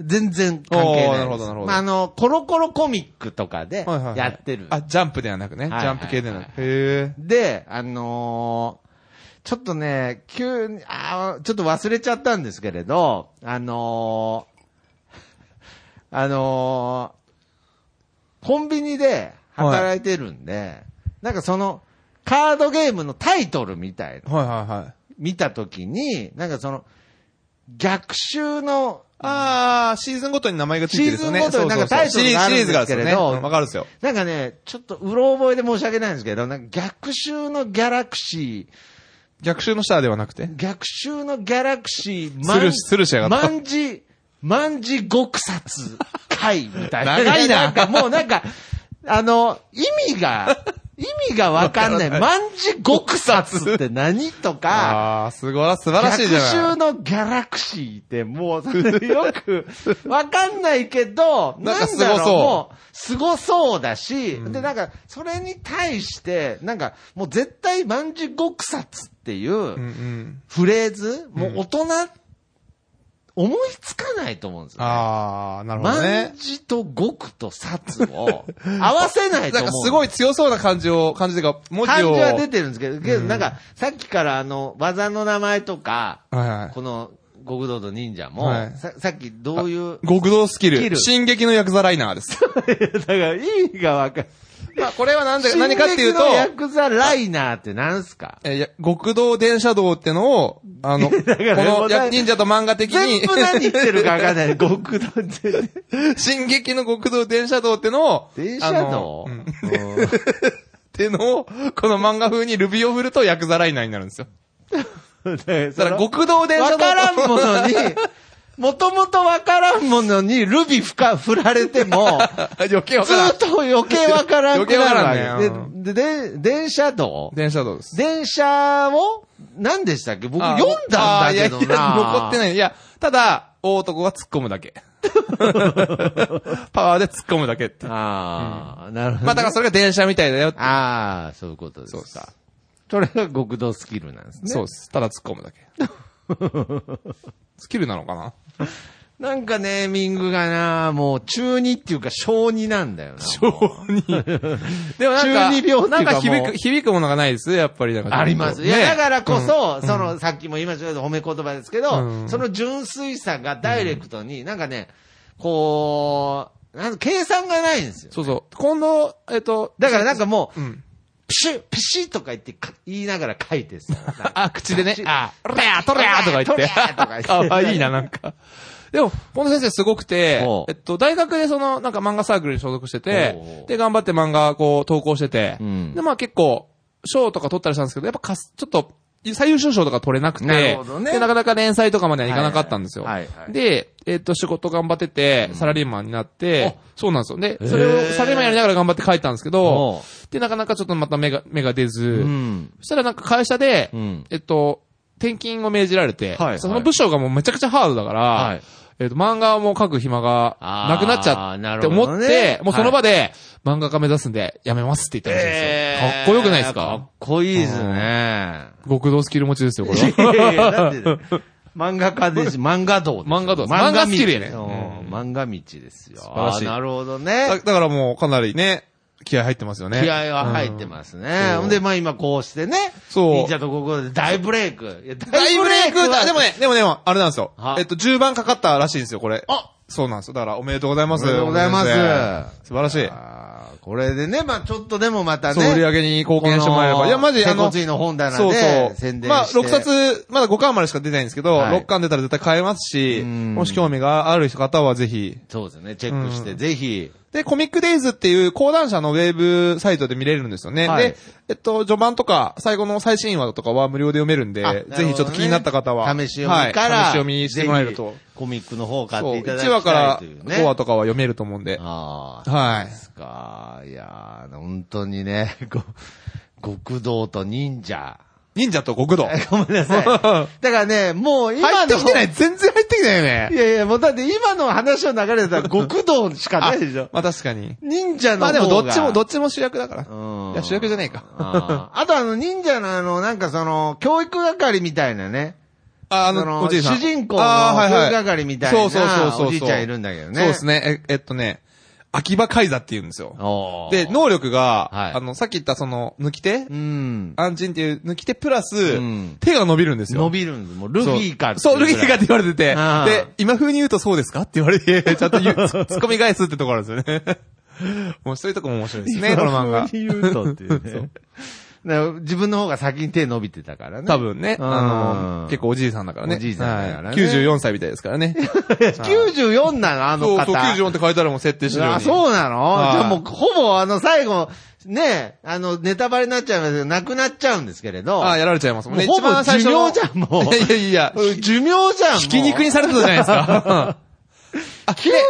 S1: 全然関係
S2: お
S1: な
S2: ー
S1: い。
S2: なるほどなるほど
S1: まあ、あの、コロコロコミックとかで
S2: はいはいはい。
S1: やってる。
S2: あ、ジャンプではなくね。ジ
S1: はい
S2: ャンプ系ではな
S1: はい
S2: く。へえ。
S1: で、あのーちょっとね、急に、あーちょっと忘れちゃったんですけれど、あのー あのーコンビニで働いてるんで、なんかその、カードゲームのタイトルみたいの
S2: はいはいはい。
S1: 見たときに、なんかその、逆襲の、
S2: あー、シーズンごとに名前がついてるんですよね。
S1: シーズンごとになんかタイトルがあるんですけれど
S2: シリーズシリーズがあるんですよねうんわかるんですよ。
S1: なんかね、ちょっとうろ覚えで申し訳ないんですけど、なんか逆襲のギャラクシー、
S2: 逆襲のスターではなくて。
S1: 逆襲のギャラクシー、
S2: スルーしスルーしやがった
S1: 万事、万事極殺会みたいな。
S2: 長いな
S1: なんかもうなんか、あの、意味が、意味がわかん ない。万事極殺って何とか、
S2: あー、すごい、素晴らしいじゃない。
S1: 逆襲のギャラクシーってもう、よく、わかんないけど、
S2: なんかすご
S1: だ
S2: そう
S1: ろうもうすごそうだし、で、なんか、それに対して、なんか、もう絶対万事極殺っていう、
S2: うんうん。
S1: フレーズ、もう大人、思いつかないと思うんですよ、ね。
S2: ああ、なるほどね
S1: 万。事と極と殺 を合わせないと
S2: なん
S1: 思う。
S2: かすごい強そうな感じを、感じというか、文字
S1: 漢
S2: を。
S1: 字は
S2: は
S1: 出
S2: い
S1: てるんですけど、けどなんか、さっきからあの、技の名前とか、
S2: はい。
S1: この、極道と忍者も、
S2: はい
S1: ささっきどういう、
S2: 極道スキ
S1: スキ
S2: ル。
S1: ル
S2: 進撃のヤクザライナ ーです。
S1: だから意味がわかる。
S2: まあこれは何で何かっていうと
S1: 進、撃のヤクザライナーってなんすか
S2: えーいや極道電車道ってのを、あの、こ
S1: らも
S2: の
S1: うな
S2: や忍者と漫画的に
S1: 全、部何言ってるかわかんない。極道って。
S2: 進撃の極道電車道ってのを、
S1: 電
S2: あ
S1: 車
S2: の
S1: 道
S2: うんっ
S1: うん
S2: てのを、この漫画風にルビを振るとヤクザライナーになるんですよ。
S1: だから
S2: だから極道電車
S1: わ
S2: 道
S1: からんも の に、もともとわからんものにルビふか、振られて も、
S2: 余計わ
S1: ず
S2: からん
S1: っ。と余計わからんくなるわ
S2: 余計
S1: け
S2: わからん
S1: でで、で、電車道
S2: 電車道です。
S1: 電車を何でしたっけ僕
S2: あ
S1: 読んだんだけど
S2: あいやいや
S1: な。
S2: 残って
S1: い。
S2: ない。いや、ただ、大男が突っ込むだ け。パワーで突っ込むだけって。
S1: ああ、なるほどね。
S2: まあだからそれが電車みたいだよ。
S1: ああ、そういうことです
S2: そうです
S1: か。それが極道スキルなんですね。
S2: そうです。ただ突っ込むだけ。スキルなのかな
S1: なんかネーミングがな、もう中二っていうか小二なんだよな。
S2: でもな
S1: 中
S2: ん
S1: 二病ってい
S2: か、
S1: うか
S2: なんか響
S1: もう
S2: く、響くものがないですやっぱり。なんか
S1: あります。いや、
S2: ね
S1: だからこそ、その、さっきも言いましたけど、褒め言葉ですけど、
S2: うん
S1: その純粋さがダイレクトに、なんかね、こう、なんか計算がないんですよ。
S2: そうそう。今度、えっと、
S1: だからなんかもう、
S2: うん。
S1: ピシュッ、ピシッとか言ってか、言いながら書いてさ。
S2: あ、口でね。あ、
S1: 口
S2: トレア、トレアとか言っ
S1: トレ
S2: て。
S1: アとか言って
S2: か わいいな、なんか。でも、この先生すごくて
S1: おう、
S2: えっと、大学でその、なんか漫画サークルに所属して
S1: お
S2: て
S1: う、
S2: で、頑張って漫画こう投稿してて、
S1: うん
S2: で、まあ結構、賞とか取ったりしたんですけど、やっぱかす、ちょっと、最優秀賞とか取れなくて、
S1: なるほどね
S2: で、なかなか連載とかまではいかなかったんですよ。
S1: はいはいはいはい
S2: で、えっと、仕事頑張ってて、サラリーマンになって、そうなんですよ。で、そ
S1: へ
S2: れ
S1: ー
S2: をサラリーマンやりながら頑張って書いたんですけど、
S1: おう
S2: で、なかなかちょっとまた芽が、芽が出ず、
S1: うん。
S2: そしたらなんか会社で、
S1: うん
S2: えっと、転勤を命じられて、
S1: はい
S2: その部署がもうめちゃくちゃハードだから、
S1: はい
S2: えっ、と、漫画をもう書く暇がなくなっちゃ
S1: あー
S2: っ
S1: な
S2: て
S1: るほ
S2: 思
S1: ど
S2: っ
S1: ね
S2: て、もうその場で、漫画家目指すんで、やめますって言ったらしいんですよ。かっこよくないです
S1: か
S2: か
S1: っこいいですね。
S2: 極道スキル持ちですよ、これは。
S1: いやいやだ ってね漫画家 です。漫画道ですよ。
S2: 漫画道漫画好きでね
S1: 道うん漫画道ですよ。
S2: 素晴らしい
S1: あーなるほど
S2: だ
S1: ね。
S2: だからもうかなりね、気合入ってますよね。
S1: 気合は入ってますね。
S2: うん
S1: ほんで、まあ今こうしてね。
S2: そう
S1: 忍者とここで大ブレイク。いや
S2: うん。大ブレイク
S1: は
S2: だでもね、でもね、あれなんですよ
S1: は。
S2: えっと、10番かかったらしいんですよ、これ。
S1: あ
S2: そうなんですよ。だから、おめでとうございます。
S1: おめでとうございます
S2: 小野先生素晴らしい。
S1: あーこれでね、まあちょっとでもまた
S2: そう、売り
S1: ね。
S2: 上げに貢献してもらえれば。いや、マジ、あ
S1: あの、
S2: の、
S1: 手骨の本棚
S2: そう
S1: で
S2: そ
S1: 宣伝し
S2: う。
S1: て。
S2: まあ、6冊、まだ5巻までしか出てないんですけど、
S1: はい
S2: 6巻出たら絶対買えますし、
S1: うん
S2: もし興味がある方はぜひ。
S1: そうですね、チェックして、
S2: うん
S1: ぜひ。
S2: で、コミックデイズっていう講談社のウェブサイトで見れるんですよね。
S1: はい
S2: で、えっと、序盤とか、最後の最新話とかは無料で読めるんで、
S1: あなるほどね
S2: ぜひちょっと気になった方は。
S1: 試し読みから、
S2: はい試し読みしてもらえる
S1: ぜ
S2: と。
S1: ひ。コミックの方を買っ
S2: そう、
S1: ていただき
S2: 1
S1: た
S2: 話
S1: い
S2: から
S1: というね。
S2: 5話とかは読めると思うんで。
S1: ああ、
S2: は
S1: で
S2: い。
S1: すか。いやー、本当にね、 ご、極道と忍者。
S2: 忍者と極道。
S1: ごめんな さい。だからね、もう
S2: 入
S1: 今の。
S2: ってきてない全然入ってきてないよね
S1: い。やいや、もうだって今の話の流れだ ったら極道しかないでしょ。
S2: まあ確かに。
S1: 忍者の
S2: ま
S1: 方
S2: あで
S1: が。
S2: もどっちも、ど
S1: っ
S2: っちも主役だから。
S1: うん。
S2: いや主役じゃねえか
S1: あーあとあの、忍者のあの、なんかその、教育係みたいなね。
S2: あ、あ
S1: その
S2: の、おじいさん。
S1: 主人公の
S2: あーはいはい
S1: 教育係みたいな
S2: そうそうそうそう。
S1: おじいちゃんいるんだけどね
S2: そうですね。え、えっとね、秋葉海座って言うんですよ。
S1: おー
S2: で、、能力が、
S1: はい
S2: あの、さっき言ったその、抜き手
S1: うん。
S2: 安心っていう抜き手プラス、
S1: ん
S2: 手が伸びるんですよ。
S1: 伸びるんです。もうルフィかってい
S2: そうう、
S1: ぐ
S2: ル
S1: ら
S2: フ
S1: い
S2: ィかって言われてて、
S1: ああ
S2: で、今風に言うとそうですかって言われ て、ちゃんと言う、ツッコミ返すってところなんですよね。 もうそういうとこも面白いですね、この 漫 画。
S1: 言うとっていうね。だから自分の方が先に手伸びてたからね。
S2: 多。分ね、あ
S1: うん
S2: の、結構おじいさんだからね。
S1: おじいさんだからね
S2: はい94歳みたいですからね。
S1: 94なのあの
S2: そう
S1: 方。
S2: そう、94って書いてあるもん、設定してるよう
S1: あ、
S2: に。
S1: そうなの
S2: はい
S1: じゃあもうほぼあの最後、ねあのネタバレになっちゃいますけど、なくなっちゃうんですけれど。
S2: ああ、やられちゃいますもんね。
S1: もう
S2: 一番最初
S1: ほぼ寿
S2: の。
S1: 命じゃんもう
S2: いやいやいや。
S1: 寿命じゃん。
S2: ひき肉に
S1: さ、
S2: されてたじゃないですか。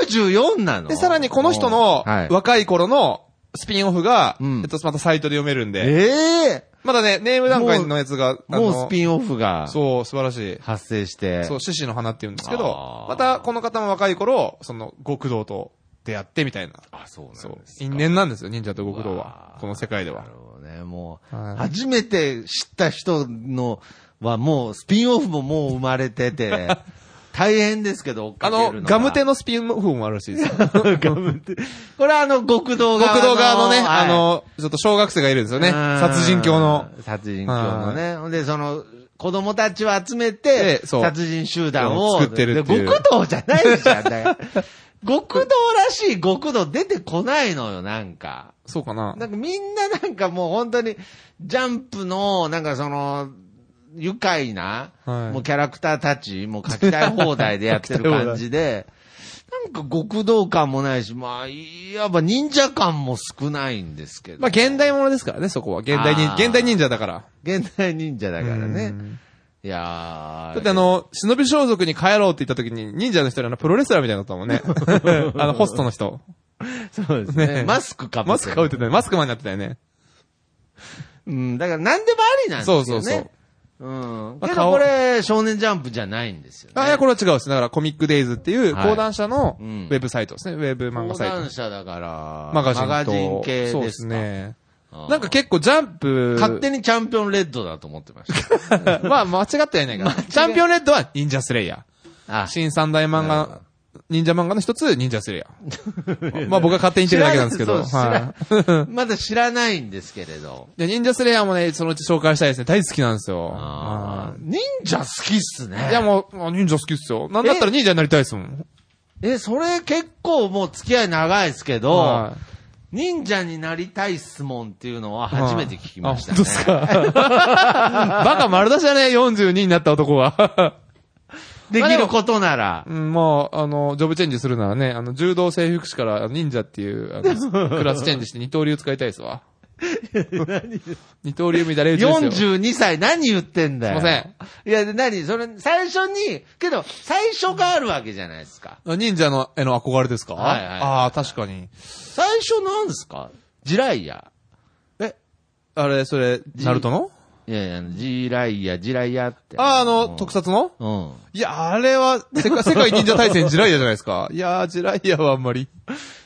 S1: 94なの
S2: で、さらにこの人の
S1: はい、
S2: 若い頃のスピンオフが、
S1: うん
S2: えっと、またサイトで読めるんで。
S1: え
S2: まだね、ネーム段階のやつが、
S1: えもうス
S2: ン
S1: ピンオフが
S2: そう、素晴らしい。
S1: 発生して。
S2: そう、獅子の花って言うんですけど
S1: あ、ー
S2: またこの方も若い頃、その、極道と出会ってみたいな。
S1: あ、そうなんです
S2: そう
S1: か。
S2: 因縁なんですよ、忍者と極道
S1: わ
S2: は
S1: あ。
S2: この世界で
S1: な
S2: は
S1: る。ほどね。もう、
S2: はい
S1: 初めて知った人のはもう、スピンオフももう生まれて て、大変ですけど、追っ
S2: あ
S1: かける
S2: の、ガムテ
S1: の
S2: のスピンオフもあるらしいですよ。
S1: が。ガムテ。これはあの、極道側の。
S2: 極道側のね、
S1: はい
S2: あ、の、ちょっと小学生がいるんですよね。
S1: うん
S2: 殺人教の。。
S1: 殺人教のね。ほんで、その、子供たちを集めて、
S2: でそう
S1: 殺人集団を。
S2: そう作ってるっていう
S1: で極道じゃないじゃん。だか ら極道らしい極道出てこないのよ、なんか。
S2: そうかな。
S1: なんかみんななんかもう本当に、ジャンプの、なんかその、愉快な、
S2: はい
S1: もうキャラクターたち、もう書きたい放題でやってる感じで、なんか極道感もないし、まあ、いわば忍者感も少ないんですけど。
S2: まあ、現代ものですからね、そこは。現代に
S1: あ、ー
S2: 現代忍者だから。
S1: 現代忍者だから
S2: う
S1: ね。
S2: ん
S1: いやー
S2: だってあ、の、忍び装束に帰ろうって言った時に、忍者の人らのプロレスラーみたいになった もんね。 あの、ホストの人。
S1: そうですね。
S2: ね
S1: マスクかぶ
S2: マ
S1: っ
S2: ス
S1: て
S2: ク
S1: る
S2: かぶってたよね。マスクマンになってたよね。
S1: うん、だから何でもありなんですよね。
S2: そうそうそう。
S1: うん。
S2: まあ
S1: けど
S2: 顔
S1: これ、少年ジャンプじゃないんですよね。
S2: あ、いや、これは違うです。だから、コミックデイズっていう、
S1: はい
S2: 講談社のウ
S1: うん
S2: ェブサイトですね。ウェブ漫画サイ
S1: 講談
S2: ト。
S1: 社だから、
S2: マガジンと。
S1: 系です
S2: そ
S1: か
S2: うです。ね。
S1: あー
S2: なんか結構ジャンプ。
S1: 勝手にチャンピオンレッドだと思ってました。
S2: まあ、間違ってはいない から。チャンピオンレッドは忍者スレイヤ
S1: あ
S2: ー。新三大漫
S1: なる
S2: 画、忍者漫画の一つ、忍者スレイヤ ー。まあ僕が勝手に言ってるだけなんですけど。
S1: 知ら
S2: は
S1: ないそう知らまだ知らないんですけれど。
S2: い。で、忍者スレイヤーもね、そのうち紹介したいですね。大好きなんですよ。
S1: あ
S2: は
S1: ー忍者好きっすね
S2: い。いやもう、あ忍者好きっすよ。なんだったら忍者になりたいですもん。
S1: え、それ結構もう付き合い長いですけど
S2: は、い
S1: 忍者になりたいっすもんっていうのは初めて聞きましたね。
S2: あ本当ですか。 バカ丸出しだね、42になった男は。
S1: できることなら。
S2: うん、まあ、あの、ジョブチェンジするならね、あの、柔道整復師から忍者っていう、あの、 クラスチェンジして二刀流使いたいですわ。二刀流乱れ打ちですよ。
S1: 42歳何言ってんだよ。
S2: すいません。
S1: いや、で何それ、最初に、けど、最初があるわけじゃないですか。
S2: 忍者の絵の憧れですか
S1: はいはいはい
S2: ああ、確かに。
S1: 最初なんですかジライヤ。
S2: あれ、それ、
S1: じ
S2: ナルトの
S1: いいやいや、ジライヤ、ジライヤって。
S2: あ、あの、特撮の
S1: うん。
S2: いや、あれは、世 界世界忍者大戦ジライヤじゃないですか。いやー、ジライヤはあんまり。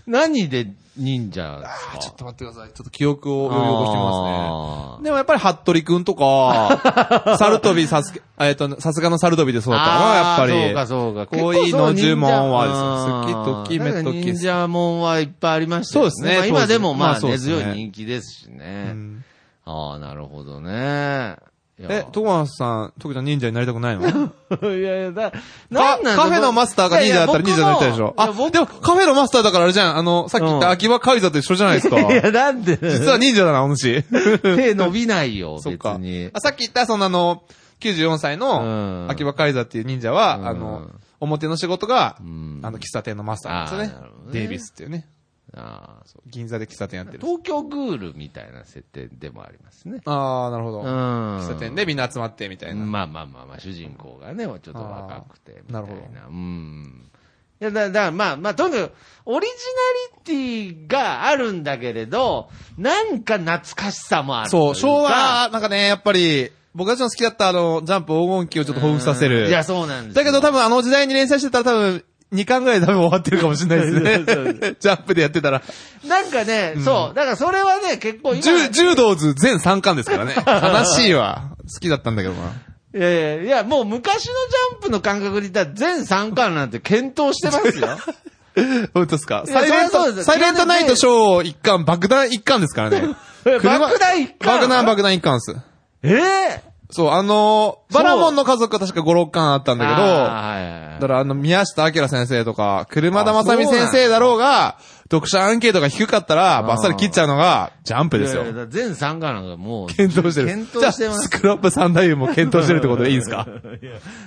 S1: 何で忍者で
S2: あーち
S1: す
S2: ょっ
S1: か
S2: と待ってください。ちょっと記憶を呼び起こしてみますね。
S1: あー
S2: でもやっぱり、服部くんと か、サルトビ、サスケ、えっと、さすがのサルトビで育ったの
S1: あ
S2: は、
S1: ー
S2: やっぱり。
S1: そうか、そうか。
S2: 恋の呪文は好き
S1: 結構
S2: ときめとき
S1: そう忍者あー忍者門はいっぱいありましたよ
S2: そうですね
S1: まあ今でも
S2: ま
S1: ま
S2: あ
S1: あ
S2: そうで
S1: 根
S2: すね
S1: 強い人気ですし
S2: う
S1: ね。
S2: ん
S1: ああ、なるほどね。いや
S2: え、徳松さん、徳ちゃん忍者になりた くないのカ
S1: いやいや、だ、
S2: カフェのマスターが忍者だったら忍者になりたいでしょ。あ、
S1: あ、僕
S2: でもカフェのマスターだからあれじゃん。あの、さっき言っ
S1: う
S2: た
S1: ん
S2: 秋葉カイザーと一緒じゃないで すか。
S1: いや、なんで
S2: 実は忍者だな、お主。
S1: 手伸びないよ、別
S2: そっか
S1: に。。
S2: あ、さっき言った、そのあの、94歳
S1: う
S2: の、
S1: ん
S2: 秋葉カイザーっていう忍者は、
S1: うん
S2: あの、表の仕事が、
S1: ん
S2: あの、喫茶店のマスターなんですよ
S1: あーなるほ
S2: ね
S1: ど。ね
S2: デイビスっていうね。
S1: あーそう
S2: 銀座で喫茶店やってる。
S1: 東京グールみたいな設定でもありますね。
S2: あー、なるほ
S1: う
S2: ど。
S1: ん。
S2: 喫
S1: 喫
S2: 茶店でみんな集まって、みたいな。
S1: まあまあまあまあ、主人公がね、ちょっと若くて、み
S2: あー
S1: たい
S2: なる
S1: な。うん。いや、だ、だ、まあまあ、とにかく、オリジナリティがあるんだけれど、なんか懐かしさもあるといか。
S2: そう、昭和、なんかね、やっぱり、僕たちの好きだったあの、ジャンプ黄金期をちょっと彷彿させ
S1: う
S2: る。
S1: んいや、そうなんです
S2: だ
S1: よ
S2: けど多分あの時代に連載してたら多分、2巻ぐらいで多分終わってるかもしれないです
S1: そうそう
S2: ね。ジャンプでやってたら。
S1: なんかね、そう。だからそれはね、結構今。
S2: 柔柔道図全3巻ですからね。悲しいわ。好きだったんだけどな。
S1: いやいや、いや、もう昔のジャンプの感覚で言ったら全3巻なんて検討してますよ。
S2: 本当ですか
S1: いや
S2: サイレン
S1: そりゃそうです。
S2: ト、サイレントナイトショー1巻、爆弾1巻ですからね
S1: 爆弾一巻
S2: 爆弾爆弾1巻です。
S1: ええ
S2: そう、あのー、バラモンの家族が確か5、6巻あったんだけど、
S1: はいはいはい
S2: だからあの、宮下明先生とか、車田
S1: あ
S2: 正美先生だろうが、読者アンケートが低かったら、バッサリ切っちゃうのが、ジャンプですよ
S1: いやい。や全3巻なんかもう。
S2: 検討してる。
S1: 検討してま
S2: じゃあス
S1: す。
S2: クラップ三大夫も検討してるってことでいいで すか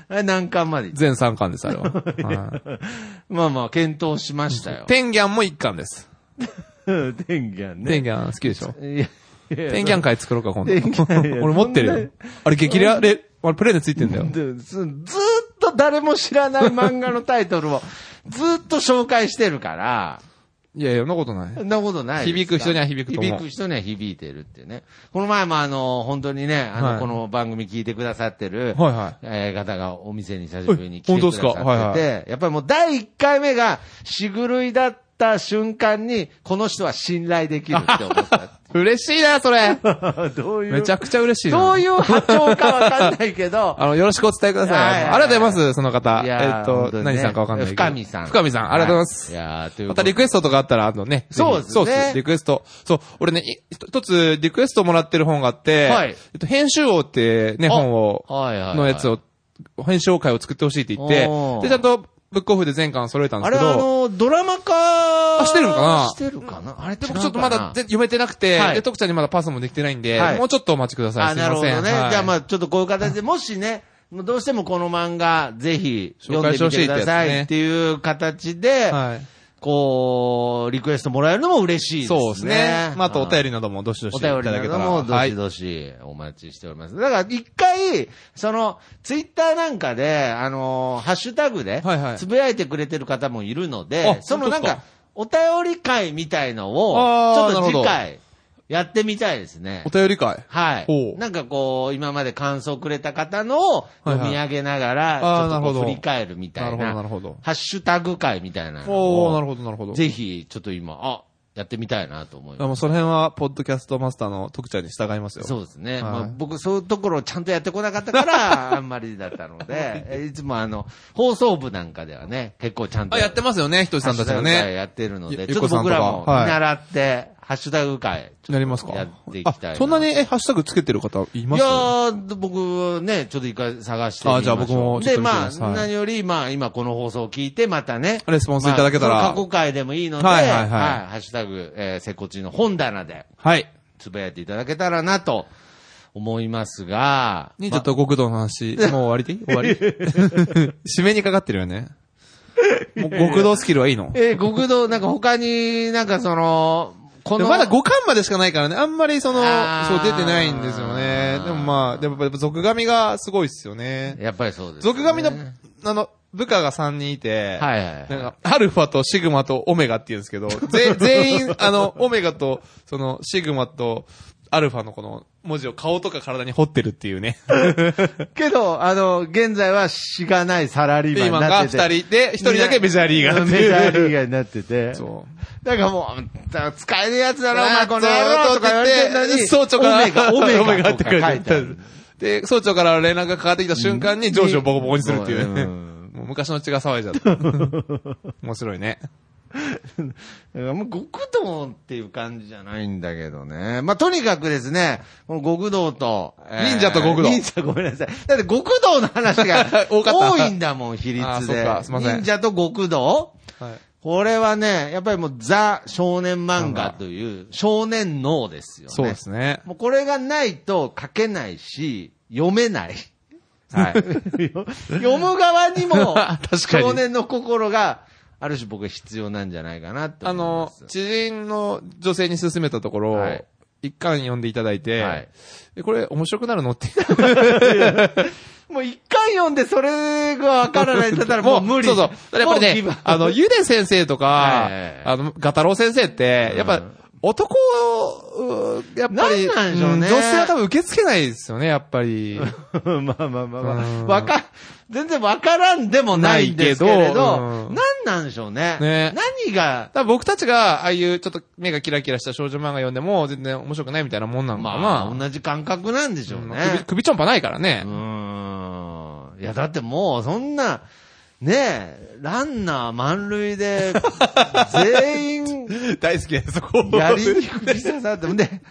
S1: え何巻まで
S2: 全3巻です、あれは。 はい
S1: まあまあ、検討しましたよ。
S2: 天ギャンも1巻です。
S1: 天、 天ギャン
S2: 天ギャン好きでしょ
S1: いやいや
S2: ペンギャン会作ろうか、今度。
S1: ペンギャンいや
S2: 俺持ってるよ。あれ激レア、レ、あれプレイでついてんだよ。
S1: でずずーっと誰も知らない漫画のタイト ルをずーっと紹介してるから、
S2: いやいや、そんなことない。
S1: そんなことないですか
S2: 響く人には響くと思う
S1: 響く人には響いてるっていうね。この前もあの、本当にね、あの、
S2: はい
S1: この番組聞いてくださってる、
S2: はいはい。
S1: えー方がお店に久しぶりに来てくださって
S2: え本当ですかはい
S1: て、やっぱりもう第1回目がしぐるいだった瞬間に、この人は信頼できるって思 った。
S2: 嬉しいな、それ。
S1: どうい
S2: めちゃくちゃ嬉しいな。
S1: どういう波長かわかんないけど、
S2: あの、よろしくお伝えください。
S1: はいはいはい
S2: ありがとうございます、その方。
S1: い
S2: え
S1: や
S2: っ
S1: ー本
S2: と、
S1: 当にね
S2: 何さんかわかんないけど。
S1: 深見さん
S2: 深見さん、ありがとうございます。
S1: はいやーという
S2: ま
S1: こ
S2: た
S1: とで
S2: リクエストとかあったら、あのね。
S1: そうですね
S2: そうです。リクエスト。そう、俺ね、い一一つリクエストもらってる本があって、
S1: はい
S2: えっと、編集王ってね、
S1: あ
S2: 本を、
S1: はいはいはい
S2: のやつを、編集王会を作ってほしいって言って
S1: お、ー
S2: で、ちゃんと、ブックオフで全巻揃えたんで
S1: あ
S2: す
S1: れ
S2: けど。
S1: あの、ドラマ化
S2: あしてるのかな
S1: してるかなあれって
S2: 僕ちょっとまだぜ読めてなくて、
S1: はい
S2: で、徳ちゃんにまだパスもできてないんで、
S1: はい
S2: もうちょっとお待ちください。
S1: あ、
S2: すい
S1: なる
S2: ま
S1: ほ
S2: せ
S1: ど
S2: ん。
S1: ね。
S2: はい
S1: じゃあまあちょっとこういう形で、もしね、もうどうしてもこの漫画、ぜひ読んでみてくださいっていう形で、
S2: はい。
S1: こう、リクエストもらえるのも嬉しいですね。
S2: そうですね。まあ、あとお便りなどもどしどし
S1: お
S2: いた
S1: 便
S2: だ
S1: りな
S2: けた
S1: ど
S2: ら。
S1: も、ど
S2: は
S1: し
S2: い。
S1: どしお待ちしております。だから、一回、その、ツイッターなんかで、あのーハッシュタグで
S2: はいは、い
S1: つぶやいてくれてる方もいるので、
S2: あ
S1: そのなん
S2: 本当です
S1: か
S2: か、
S1: お便り会みたいのを、ち
S2: あ
S1: ょ
S2: ー
S1: っと
S2: なるほど
S1: 次回、やってみたいですね
S2: お。便り会。
S1: は
S2: ほ
S1: い。
S2: う
S1: なんかこう、今まで感想をくれた方のを読み上げながら、
S2: い
S1: ち
S2: はいあー
S1: ょっと
S2: なるほ
S1: こ
S2: ど
S1: う振り返るみたい
S2: なるほど
S1: な、
S2: なるほど
S1: ハッシュタグ会みたいなの
S2: おー、な
S1: を、
S2: るほど、なるほど。
S1: ぜひ、ちょっと今、あ、やってみたいなと思います
S2: あ。もうその辺は、ポッドキャストマスターの徳ちゃんに従いますよ。
S1: そうですね。
S2: い
S1: まあ、僕、そういうところをちゃんとやってこなかった から、あんまりだったので、えいつもあの、放送部なんかではね、結構ちゃんと。
S2: あ、やって
S1: ま
S2: ますよね、ひとしさんたちがね。
S1: やってるの
S2: ゆ
S1: で、ち
S2: ゆ
S1: ょっ
S2: ことさんと
S1: 僕
S2: から
S1: も見
S2: はい
S1: 習って、ハッシュタグ会、ちょっと
S2: なりますか
S1: やっていきたい
S2: あ、そんなに、
S1: い
S2: え、ハッシュタグつけてる方いま
S1: や
S2: す
S1: ー、僕ね、ちょっと一回探してみましょう
S2: あじゃあ僕もちょ
S1: で、
S2: っと見てみ
S1: ま
S2: ま
S1: あ
S2: す、はい
S1: 何より、まあ、今この放送を聞いて、またね。
S2: レスポンスいただけたら
S1: まあその過去回でもいいので、
S2: は
S1: はいい、
S2: はいはい
S1: ハッシュタグ、えー、せこちの本棚で、
S2: はい。
S1: つぶやいていただけたらなと思いますが、
S2: に、ちょっと極道の話、もう終わりでいい終わ り締めにかかってるよね。もう極道スキルはいいの
S1: えー、極道、なんか他になんかその、こ
S2: で
S1: の、
S2: もまだ5巻までしかないからね、あんまりその、
S1: あー
S2: そう出てないんですよね。でもまあ、でもやっぱ俗神がすごいっすよね。
S1: やっぱりそうです、
S2: 俗神の
S1: はい、
S2: あの、部下が3人いて、
S1: はいはい。
S2: なんか、アルファとシ グマとオメガって言うんですけど、ぜ全員、あの、オメガと、その、シグマと、アルファのこの文字を顔とか体に彫ってるっていうね。
S1: けど、あの、現在はしがないサラリ
S2: で、
S1: ーマ
S2: 今
S1: ンにな
S2: が
S1: ってて。
S2: 二人で、一人だけメジャーリーガーって
S1: メ
S2: い
S1: ジ
S2: う。
S1: ャーリーガーになってて。
S2: そう。
S1: だからもう、だから使えねえやつだろ、お前この野
S2: や
S1: 郎とか言われてんのに。
S2: 総長から、
S1: オメガ、オメガ
S2: っ
S1: ってて
S2: 書
S1: 書
S2: い
S1: い
S2: て
S1: て
S2: あ
S1: あ
S2: る
S1: る。。
S2: で、総長から連絡がかかってきた瞬間に上司をボコボコにするっていうね。
S1: う
S2: もう昔の血が騒いじゃった。 面白いね。
S1: だからもう極道っていう感じじゃないんだけどね。まあ、とにかくですね、この極道と、
S2: 忍者と極道
S1: 忍者ごめんなさい。だって極道の話が
S2: 多かった
S1: 多いんだもん、比率
S2: あーそっ
S1: で
S2: かすいません。
S1: 忍者と極道
S2: はい。
S1: これはね、やっぱりもうザ少年漫画という少年脳ですよね。
S2: そうですね。
S1: もうこれがないと書けないし、読めない。
S2: はい。
S1: 読む側にも
S2: 確かに、
S1: 少年の心が、ある種僕は必要なんじゃないかなって
S2: あ
S1: 思いま
S2: の
S1: す。、
S2: 知人の女性に勧めたところ、
S1: はい
S2: 一巻読んでいただいて、
S1: はい
S2: でこれ面白くなるのって。
S1: もう一回読んでそれがわからないんだったらもう無理。
S2: そうそう。やっぱり
S1: もうギ
S2: ね
S1: ブアッ、プ
S2: あの、ゆで先生とか
S1: はいはいはい、
S2: あの、ガタロウ先生って、やっぱ
S1: うん、
S2: 男を、うーやっぱり、
S1: なんなんでしょうね
S2: 女性は多分受け付けないですよね、やっぱ り。
S1: まあまあまあま
S2: う
S1: あ。
S2: ん
S1: わか、全然わからんでもないんですけ
S2: ない
S1: れ
S2: けど
S1: ど、
S2: うん
S1: 何なんでしょうね。
S2: ね
S1: 何が、
S2: 多分僕たちが、ああいうちょっと目がキラキラした少女漫画読んでも、全然面白くないみたいなもんなのか
S1: ま
S2: な。
S1: あ、同じ感覚なんでしょう
S2: うん首
S1: ね。
S2: 首ちょんぱないからね
S1: う。ーん。いや、だってもう、そんな、ねえ、ランナー満塁 で、全員、
S2: 大好きです、そこ。
S1: やりにくいさって、 で、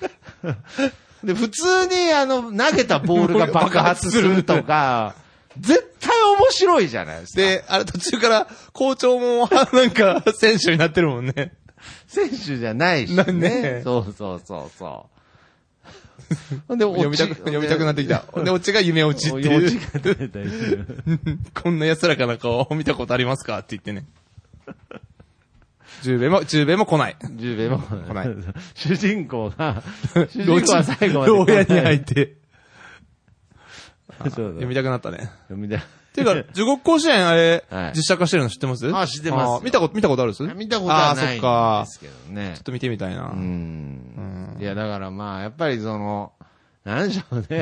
S1: で、普通にあの、投げたボールが爆発するとか、絶対面白いじゃないですか。
S2: で、あれ途中から、校長も、なんか、選手になってるもんね。
S1: 選手じゃないし
S2: な
S1: ね。
S2: んね
S1: そうそうそうそう。ほんで、
S2: 読みたく、読みたくなってきた。で、オチが夢落ちって いう。
S1: 落ちが出たりする
S2: こんな安らかな顔見たことありますかって言ってね。中米も、中米も来ない。
S1: 十兵衛も来
S2: ない。
S1: 主人公 が、主人公は最後まで。
S2: 牢屋に入 って。
S1: そう
S2: 読
S1: だ
S2: みたくなったね。
S1: 読みた
S2: て いうか、地獄甲子園あれ
S1: はい、
S2: 実写化してるの知ってます
S1: あ知ってます
S2: あ見たこと、見たことあるっす
S1: 見たことは
S2: あー
S1: な
S2: そ
S1: い
S2: っ
S1: ん
S2: か
S1: で。すけどね
S2: ちょっ。と見てみたいな。
S1: うんいや、だからまあ、やっぱりその、なんでしょう ね。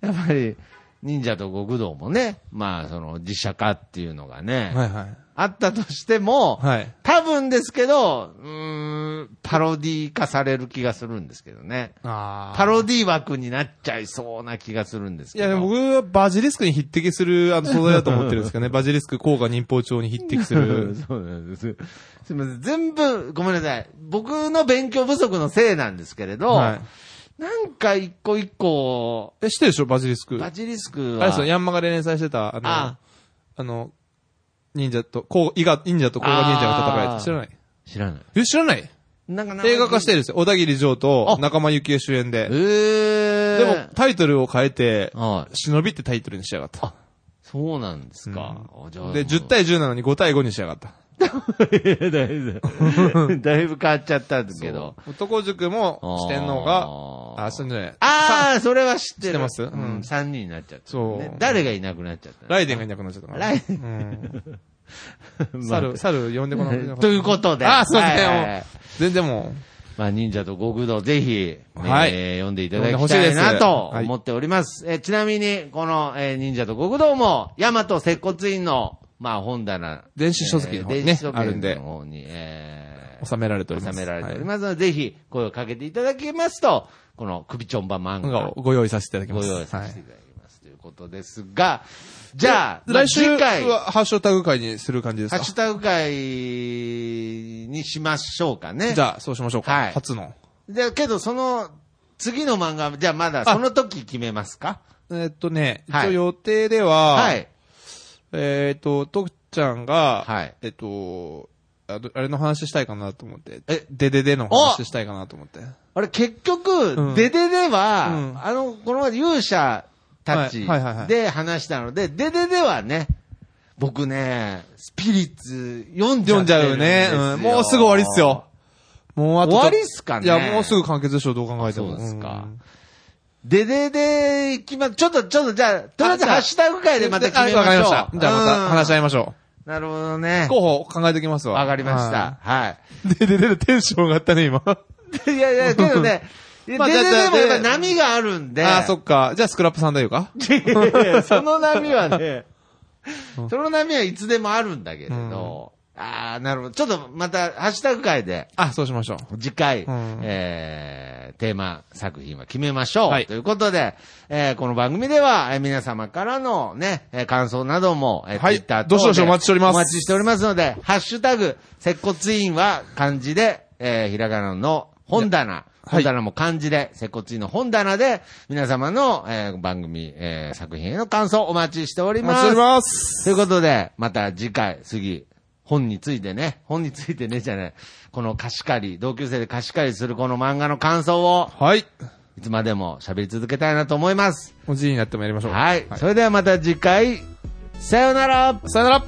S1: やっぱり、忍者と極道もね、まあ、その、実写化っていうのがね、
S2: はいはい。
S1: あったとしても、
S2: はい
S1: 多分ですけど、うーん、パロディ化される気がするんですけどね。
S2: あ
S1: パロディ枠になっちゃいそうな気がするんです
S2: い
S1: けど。
S2: や、でも僕はバジリスクに匹敵する、あの、素材だと思ってるんですけ どね。バジリスク、効果忍法帳に匹敵す
S1: う
S2: る
S1: ん。そうなんです。すみません。全部、ごめんなさい。僕の勉強不足のせいなんですけれど、
S2: は
S1: なんか一個一個、
S2: い。え、知ってるでしょバジリスク。
S1: バジリスク
S2: あれ
S1: は、
S2: ですよ、ヤンマガで連載してた、あの、
S1: あ
S2: あの、忍者と、こう、伊賀、忍者と甲賀忍者が戦いって知らない
S1: 知らない。
S2: え、知らない
S1: なんかな
S2: 映画化してるんですよ。小田切城と
S1: あ
S2: 仲間由紀恵主演
S1: え
S2: で。
S1: ー、
S2: でも、タイトルを変えて、
S1: はい。
S2: 忍びってタイトルにしやがった。
S1: そうなんですか。あじゃあ
S2: で、10対10なのに5対5にしやがった。
S1: 対だいぶ、 だいぶ変わっちゃったんですけど。
S2: 男塾も四天王
S1: あー
S2: が、あ、そうじゃない。
S1: あー、それは知ってる。
S2: 知ってます
S1: う
S2: うん
S1: ん、3人になっちゃった、ね。
S2: そう
S1: 誰がいなくなっちゃったの
S2: ライデンがいなくなっちゃったから。
S1: ライデ
S2: ン。う ん。
S1: まあ
S2: 猿、猿呼んでこなく な
S1: ということで。
S2: あー、そう
S1: はいはいは
S2: ね
S1: い。
S2: 全然も
S1: まあ、忍者と極道、ぜひ、
S2: はい
S1: えー読んでいただきたいなと
S2: はい
S1: 思っております。えーちなみに、この、えー忍者と極道も、大和接骨院の、まあ、本棚。
S2: 電子書籍の方にね
S1: 電子書
S2: あるん
S1: 籍
S2: で
S1: の方に、え
S2: う、収められておりま
S1: ー、
S2: す。
S1: 収められており
S2: は
S1: ますので、ぜひ、声をかけていただけますと、この、首ちょんば漫
S2: い漫画
S1: 画
S2: を
S1: を
S2: ご用意させていただきま
S1: ご
S2: す。
S1: 用意させ
S2: は
S1: て
S2: い
S1: いただきます。ということですが、じゃあ、
S2: 来週
S1: 次回、
S2: は
S1: ハ
S2: ハッシュタグ会にする感じですか
S1: ッシュタグ会にしましょうかね。
S2: じゃあ、そうしましょうか。
S1: はい
S2: 初の。
S1: で、けどその、次の漫画、じゃあまだ
S2: あ
S1: その時決めますか
S2: えーっとね、一
S1: はい
S2: 応予定では、
S1: はい。
S2: えーっと、徳ちゃんが、
S1: はい
S2: えっと、あどあれの話したいかなと思って。
S1: え
S2: でででの話したいかなと思って。
S1: あれ結局、
S2: うん
S1: デデでは、
S2: うん
S1: あの、この前勇者たち
S2: はいはいはいはい
S1: で話したので、デデではね、僕ね、スピリッツ読んじゃ
S2: 読ん
S1: っ
S2: じ
S1: て
S2: ゃ
S1: る
S2: うん
S1: で
S2: ね
S1: す。よ
S2: うん。もうすぐ終わりっす。よ。もうあとちょ。
S1: 終わりっすかね
S2: いや、もうすぐ完結でしょ、どう考えても。
S1: そうですか
S2: ん
S1: デデで決まっちょっと、ちょっと、じゃあ、とりあえず
S2: じゃあ
S1: ハッシュタグ会でまた決めましょう。
S2: わかりました。じゃあまた話し合いましょ
S1: うんなるほど
S2: う。
S1: ね。
S2: 候補考えておきますわ。
S1: わかりました。はい
S2: はい。でででのテンション上がったね、今。
S1: いやいや、けどね、で、で
S2: まあじゃあ
S1: でもやっぱ
S2: じゃあ
S1: 波があるんで。
S2: ああ、そっか。じゃあ、スクラップさんだよか
S1: いやいやいや その波はね、その波はいつでもあるんだけれど、ああ、なるほど。ちょっとまた、ハッシュタグ会で、
S2: あ、そうしましょう。
S1: 次回、
S2: ん
S1: えー、テーマ作品は決めましょう。
S2: はい
S1: ということで、えー、この番組では、えー皆様からのね、えー感想なども、えー、
S2: はい
S1: Twitter 等で
S2: どしどしお待ちしております
S1: お待ちしておりますので、ハッシュタグ、接骨院は漢字で、えー、ひらがなの本棚。
S2: はい
S1: 本棚も漢字で、接骨院の本棚で、皆様の、えー番組、えー作品への感想お待ちしており
S2: お
S1: ま
S2: 待ちし
S1: す。
S2: ております。
S1: ということで、また次回、次、本についてね、本についてね、じゃない、この貸し借り、同級生で貸し借りするこの漫画の感想を、
S2: はい。
S1: いつまでも喋り続けたいなと思います。
S2: おじいになってもやりましょう。
S1: はい。それではまた次回、さようなら
S2: さよなら